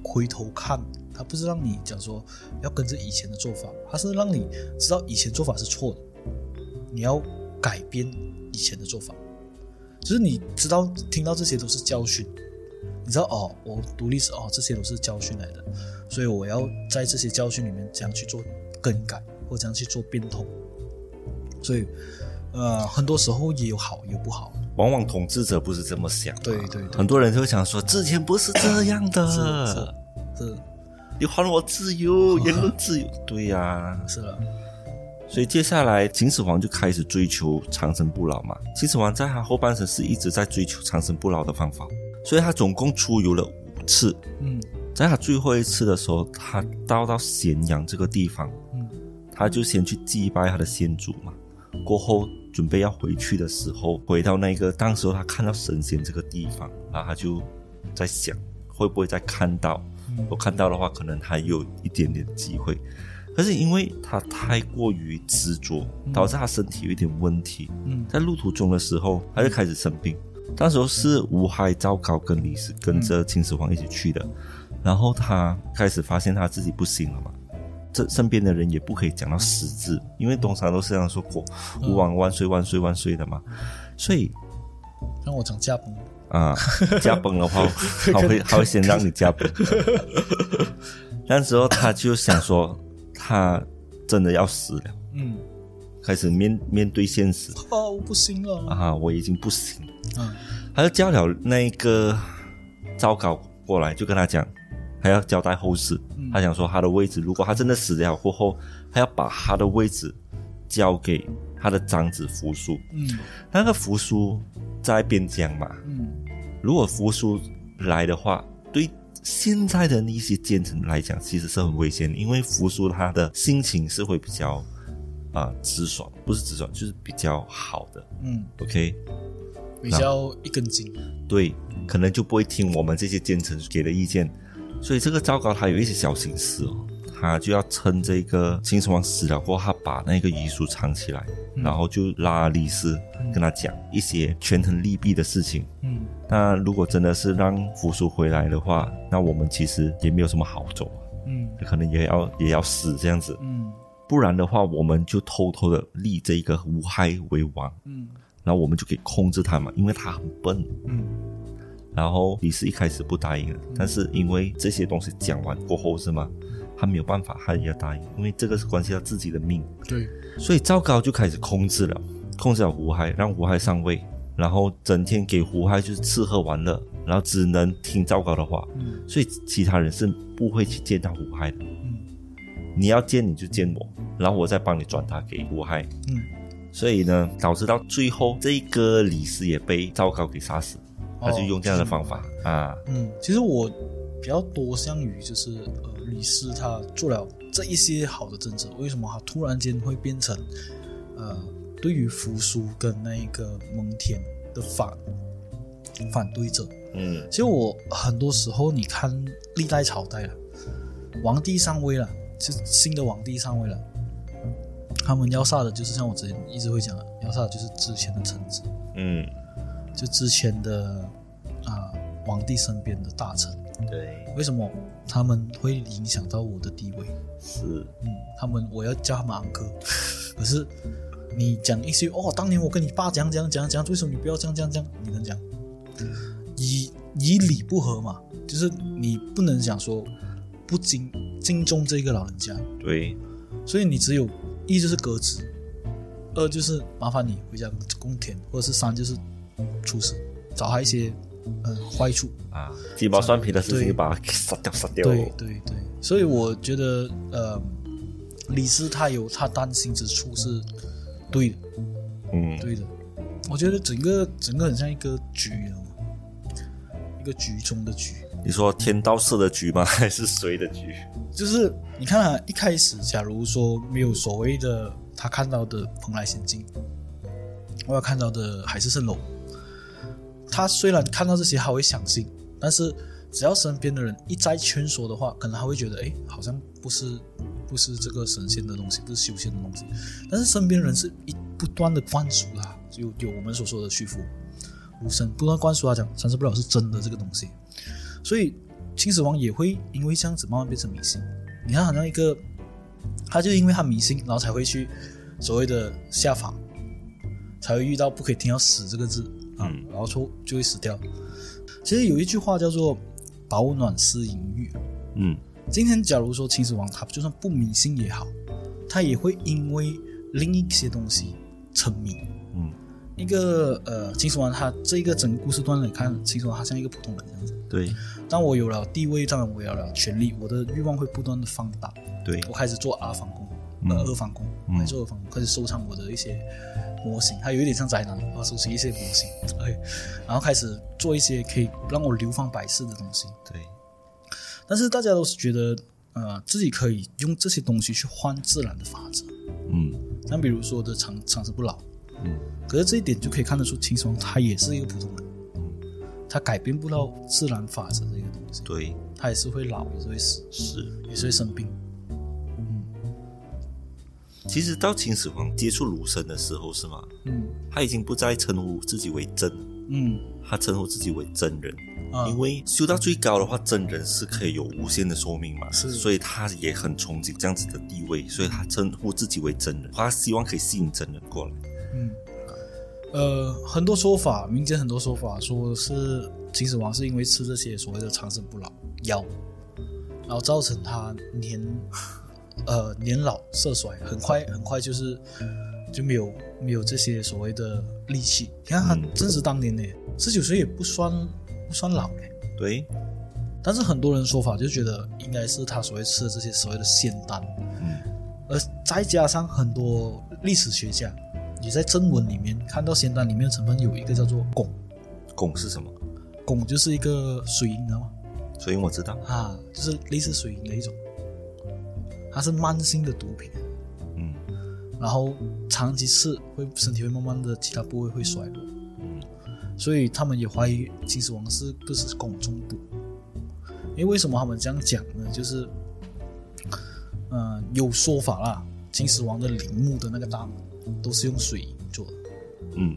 Speaker 1: 回头看，它不是让你讲说哎要跟着以前的做法，它是让你知道以前做法是错的，你要改变以前的做法。就是你知道听到这些都是教训，你知道哦，我读历史哦，这些都是教训来的，所以我要在这些教训里面怎样去做更改，或怎样去做变通。所以，呃，很多时候也有好，也有不好。
Speaker 2: 往往统治者不是这么想、啊，
Speaker 1: 对对对
Speaker 2: 很多人就会想说，之前不是这样
Speaker 1: 是
Speaker 2: 的，
Speaker 1: 是
Speaker 2: 你还我自由，言论自由。 对呀、
Speaker 1: 是了，
Speaker 2: 所以接下来秦始皇就开始追求长生不老嘛。秦始皇在他后半生是一直在追求长生不老的方法，所以他总共出游了五次。
Speaker 1: 嗯
Speaker 2: 在他最后一次的时候，他到到咸阳这个地方，
Speaker 1: 嗯
Speaker 2: 他就先去祭拜他的先祖嘛。过后准备要回去的时候，回到那个当时候他看到神仙这个地方，然后他就在想会不会再看到。
Speaker 1: 嗯
Speaker 2: 我看到的话，可能还有一点点机会。可是因为他太过于执着，导致他身体有一点问题。
Speaker 1: 嗯
Speaker 2: 在路途中的时候，他就开始生病。当时候是吴海、赵高跟李斯
Speaker 1: 嗯
Speaker 2: 跟着秦始皇一起去的，然后他开始发现他自己不行了嘛。这身边的人也不可以讲到十字，因为通常都是这样说过“
Speaker 1: 嗯
Speaker 2: 吾往万岁万岁万岁”的嘛。所以
Speaker 1: 让我讲驾崩。
Speaker 2: 啊，驾崩的话，他会他会先让你驾崩。那时候他就想说，他真的要死了，
Speaker 1: 嗯，
Speaker 2: 开始面面对现实
Speaker 1: 啊，我不行了。
Speaker 2: 啊，我已经不行了。
Speaker 1: 嗯
Speaker 2: 他就叫了那个糟糕过来，就跟他讲，还要交代后事
Speaker 1: 嗯。
Speaker 2: 他想说他的位置，如果他真的死了过后，他要把他的位置交给他的长子扶苏。
Speaker 1: 嗯
Speaker 2: 那个扶苏在边疆嘛，
Speaker 1: 嗯
Speaker 2: 如果扶苏来的话，对现在的一些奸臣来讲，其实是很危险的，因为扶苏他的心情是会比较啊、直爽，不是直爽，就是比较好的。
Speaker 1: 嗯，
Speaker 2: OK，
Speaker 1: 比较一根筋。
Speaker 2: 对，可能就不会听我们这些奸臣给的意见，所以这个赵高他有一些小心思哦，他就要趁这个秦始皇死了过后，他把那个遗书藏起来，然后就拉力士跟他讲一些权衡利弊的事情。
Speaker 1: 嗯
Speaker 2: 那如果真的是让扶苏回来的话，那我们其实也没有什么好走，啊
Speaker 1: 嗯
Speaker 2: 可能也要也要死这样子。
Speaker 1: 嗯
Speaker 2: 不然的话，我们就偷偷的立这个吴亥为王，
Speaker 1: 嗯
Speaker 2: 然后我们就可以控制他嘛，因为他很笨。
Speaker 1: 嗯
Speaker 2: 然后李斯一开始不答应的，但是因为这些东西讲完过后是吗？他没有办法，他也要答应，因为这个是关系到自己的命。
Speaker 1: 对，
Speaker 2: 所以赵高就开始控制了，控制了胡亥，让胡亥上位，然后整天给胡亥就是吃喝玩乐，然后只能听赵高的话，
Speaker 1: 嗯
Speaker 2: 所以其他人是不会去见到胡亥的。
Speaker 1: 嗯
Speaker 2: 你要见你就见我，然后我再帮你转达给胡亥。
Speaker 1: 嗯，
Speaker 2: 所以呢，导致到最后这个李斯也被赵高给杀死，他就用这样的方法、啊。
Speaker 1: 嗯，其实我比较多向于就是呃，李斯他做了这一些好的政策，为什么他突然间会变成呃，对于扶苏跟那一个蒙恬的反反对者？
Speaker 2: 嗯
Speaker 1: 其实我很多时候你看历代朝代了，皇帝上位了，是新的皇帝上位了，他们要杀的就是像我之前一直会讲的，要杀的就是之前的臣子，
Speaker 2: 嗯，
Speaker 1: 就之前的啊、皇帝身边的大臣。
Speaker 2: 对，
Speaker 1: 为什么他们会影响到我的地位？
Speaker 2: 是，
Speaker 1: 嗯，他们我要叫他们昂哥，可是你讲一些哦，当年我跟你爸讲讲讲讲，为什么你不要这样这样这样？你能讲？以以理不合嘛，就是你不能讲说不敬敬重这个老人家，
Speaker 2: 对，
Speaker 1: 所以你只有一就是革职，二就是麻烦你回家耕田，或者是三就是处死，找他一些呃坏处。
Speaker 2: 啊，鸡毛蒜皮的事
Speaker 1: 对
Speaker 2: 情把它给杀掉杀掉。
Speaker 1: 对对对，所以我觉得呃，李斯他有他担心之处是对的，
Speaker 2: 嗯，
Speaker 1: 对的。我觉得整个整个很像一个局，你知道吗？一个局中的局，
Speaker 2: 你说天道社的局吗？还是谁的局？
Speaker 1: 就是你看啊，一开始假如说没有所谓的他看到的蓬莱仙境，我要看到的海市蜃楼，他虽然看到这些他会相信，但是只要身边的人一再劝说的话，可能他会觉得哎，诶好像不是不是这个神仙的东西，不是修仙的东西，但是身边人是一不断的灌输他，就有我们所说的虚浮无声，不断灌输他讲三十不了是真的这个东西，所以秦始皇也会因为这样子慢慢变成迷信。你看，好像一个，他就因为他迷信，然后才会去所谓的下访，才会遇到不可以听到“死”这个字啊，
Speaker 2: 嗯
Speaker 1: 然后就就会死掉。其实有一句话叫做“保暖思淫欲”。
Speaker 2: 嗯，
Speaker 1: 今天假如说秦始皇他就算不迷信也好，他也会因为另一些东西沉迷。
Speaker 2: 嗯，
Speaker 1: 一个呃，秦始皇他这一个整个故事段来看，秦始皇他像一个普通人这样子。
Speaker 2: 对
Speaker 1: 当我有了地位，当然我有了权力，我的欲望会不断的放大。
Speaker 2: 对，
Speaker 1: 我开始做 R 防攻，呃，
Speaker 2: 嗯
Speaker 1: 二防攻，
Speaker 2: 嗯
Speaker 1: 开始做二防攻，开始收藏我的一些模型，它有一点像宅男，我收集一些模型，哎，然后开始做一些可以让我流芳百世的东西。
Speaker 2: 对，
Speaker 1: 但是大家都是觉得，呃，自己可以用这些东西去换自然的法则，
Speaker 2: 嗯
Speaker 1: 像比如说的长长生不老，
Speaker 2: 嗯
Speaker 1: 可是这一点就可以看得出，秦始皇他也是一个普通人，他改变不到自然法则这个东西，
Speaker 2: 对，
Speaker 1: 他也是会老，也是会死，
Speaker 2: 是。
Speaker 1: 也是会生病。
Speaker 2: 其实到秦始皇接触儒生的时候，是吗？
Speaker 1: 嗯
Speaker 2: 他已经不再称呼自己为真了，
Speaker 1: 嗯
Speaker 2: 他称呼自己为真人，
Speaker 1: 啊，
Speaker 2: 因为修到最高的话，真人是可以有无限的寿命嘛，
Speaker 1: 是
Speaker 2: 所以他也很憧憬这样子的地位，所以他称呼自己为真人，他希望可以吸引真人过来。
Speaker 1: 嗯，呃，很多说法，民间很多说法，说是秦始皇是因为吃这些所谓的长生不老药，然后造成他年 呃年老色衰，很快很快就是就没有没有这些所谓的力气。你看他
Speaker 2: 嗯
Speaker 1: 正值当年呢，十九岁也不算不算老嘞。
Speaker 2: 对，
Speaker 1: 但是很多人说法就觉得应该是他所谓吃的这些所谓的仙丹，
Speaker 2: 嗯
Speaker 1: 而再加上很多历史学家也在正文里面看到仙丹里面的成分有一个叫做汞，
Speaker 2: 汞是什么？
Speaker 1: 汞就是一个水银，你知道吗？
Speaker 2: 所以我知道，
Speaker 1: 啊，就是类似水银的一种，它是慢性的毒品，
Speaker 2: 嗯
Speaker 1: 然后长期吃会身体会慢慢的其他部位会衰弱，
Speaker 2: 嗯
Speaker 1: 所以他们也怀疑秦始皇是不是汞中毒。因为为什么他们这样讲呢？就是，呃，有说法啦，秦始皇的陵墓的那个大门都是用水银做的，
Speaker 2: 嗯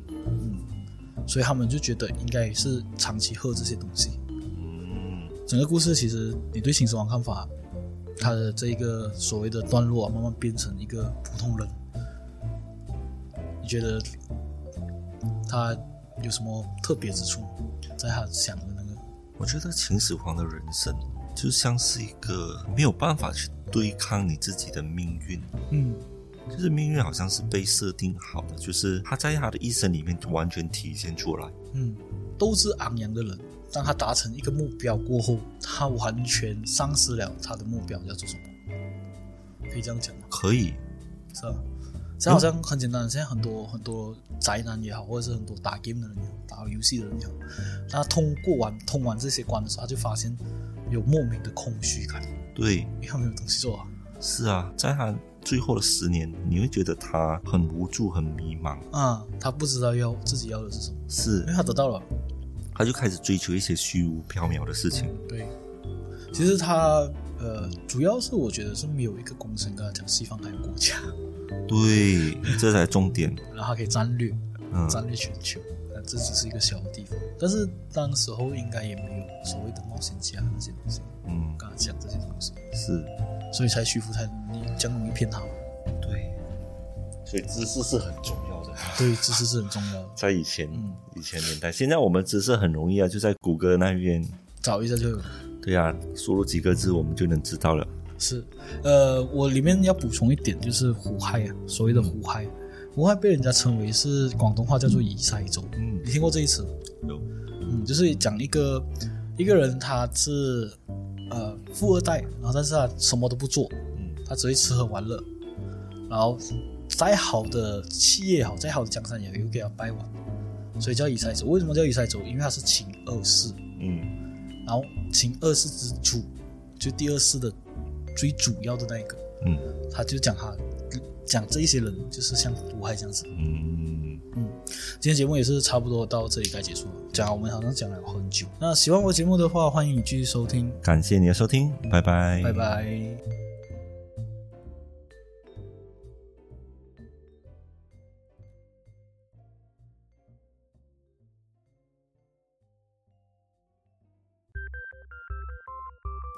Speaker 1: 所以他们就觉得应该是长期喝这些东西。
Speaker 2: 嗯
Speaker 1: 整个故事其实你对秦始皇看法，他的这一个所谓的段落啊，慢慢变成一个普通人，你觉得他有什么特别之处？在他想的那个，
Speaker 2: 我觉得秦始皇的人生就像是一个没有办法去对抗你自己的命运，
Speaker 1: 嗯
Speaker 2: 就是命运好像是被设定好的，就是他在他的一生里面完全体现出来。
Speaker 1: 嗯，斗志昂扬的人，当他达成一个目标过后，他完全丧失了他的目标要做什么，可以这样讲吗？
Speaker 2: 可以，
Speaker 1: 是吧？这好像很简单，现在很多很多宅男也好，或者是很多打 game 的人也好，打游戏的人也好，他通过完通完这些关的时候，他就发现有莫名的空虚感，
Speaker 2: 对，
Speaker 1: 因为他没有东西做啊。
Speaker 2: 是啊，在他最后的十年，你会觉得他很无助、很迷茫，
Speaker 1: 啊、他不知道要自己要的是什么，
Speaker 2: 是
Speaker 1: 因为他得到了。
Speaker 2: 他就开始追求一些虚无缥缈的事情。
Speaker 1: 对，其实他呃，主要是我觉得是没有一个工程跟他讲西方还有国家，
Speaker 2: 对， 这才重点。
Speaker 1: 然后他可以战略，
Speaker 2: 嗯
Speaker 1: 战略全球。呃这只是一个小的地方，但是当时候应该也没有所谓的冒险家那些东西。
Speaker 2: 嗯，
Speaker 1: 跟他讲这些东西，
Speaker 2: 是，
Speaker 1: 所以才徐福才你这样容易骗他嘛。
Speaker 2: 对，所以知识是很重要的。
Speaker 1: 对，知识是很重要的，
Speaker 2: 在以前
Speaker 1: 嗯
Speaker 2: 以前年代，现在我们知识很容易啊，就在谷歌那边，
Speaker 1: 找一下就有。
Speaker 2: 对啊，输入几个字我们就能知道了。
Speaker 1: 是，呃，我里面要补充一点，就是胡亥啊，所谓的
Speaker 2: 嗯
Speaker 1: 胡亥，胡亥被人家称为是广东话叫做“移塞州”，
Speaker 2: 嗯
Speaker 1: 你听过这一词吗？
Speaker 2: 有，
Speaker 1: 嗯，就是讲一个一个人他是呃富二代，然后但是他什么都不做，
Speaker 2: 嗯
Speaker 1: 他只会吃喝玩乐，然后再好的企业也好，再好的江山也留给他掰弯，所以叫以塞州。为什么叫以塞州？因为他是秦二世，
Speaker 2: 嗯
Speaker 1: 然后秦二世之主，就第二世的最主要的那一个，
Speaker 2: 嗯
Speaker 1: 他就讲他讲这一些人就是像毒害这样子。
Speaker 2: 嗯，
Speaker 1: 今天节目也是差不多到这里该结束了，讲我们好像讲了很久。那喜欢我节目的话，欢迎你继续收听，
Speaker 2: 感谢你的收听，拜拜，
Speaker 1: 拜。拜。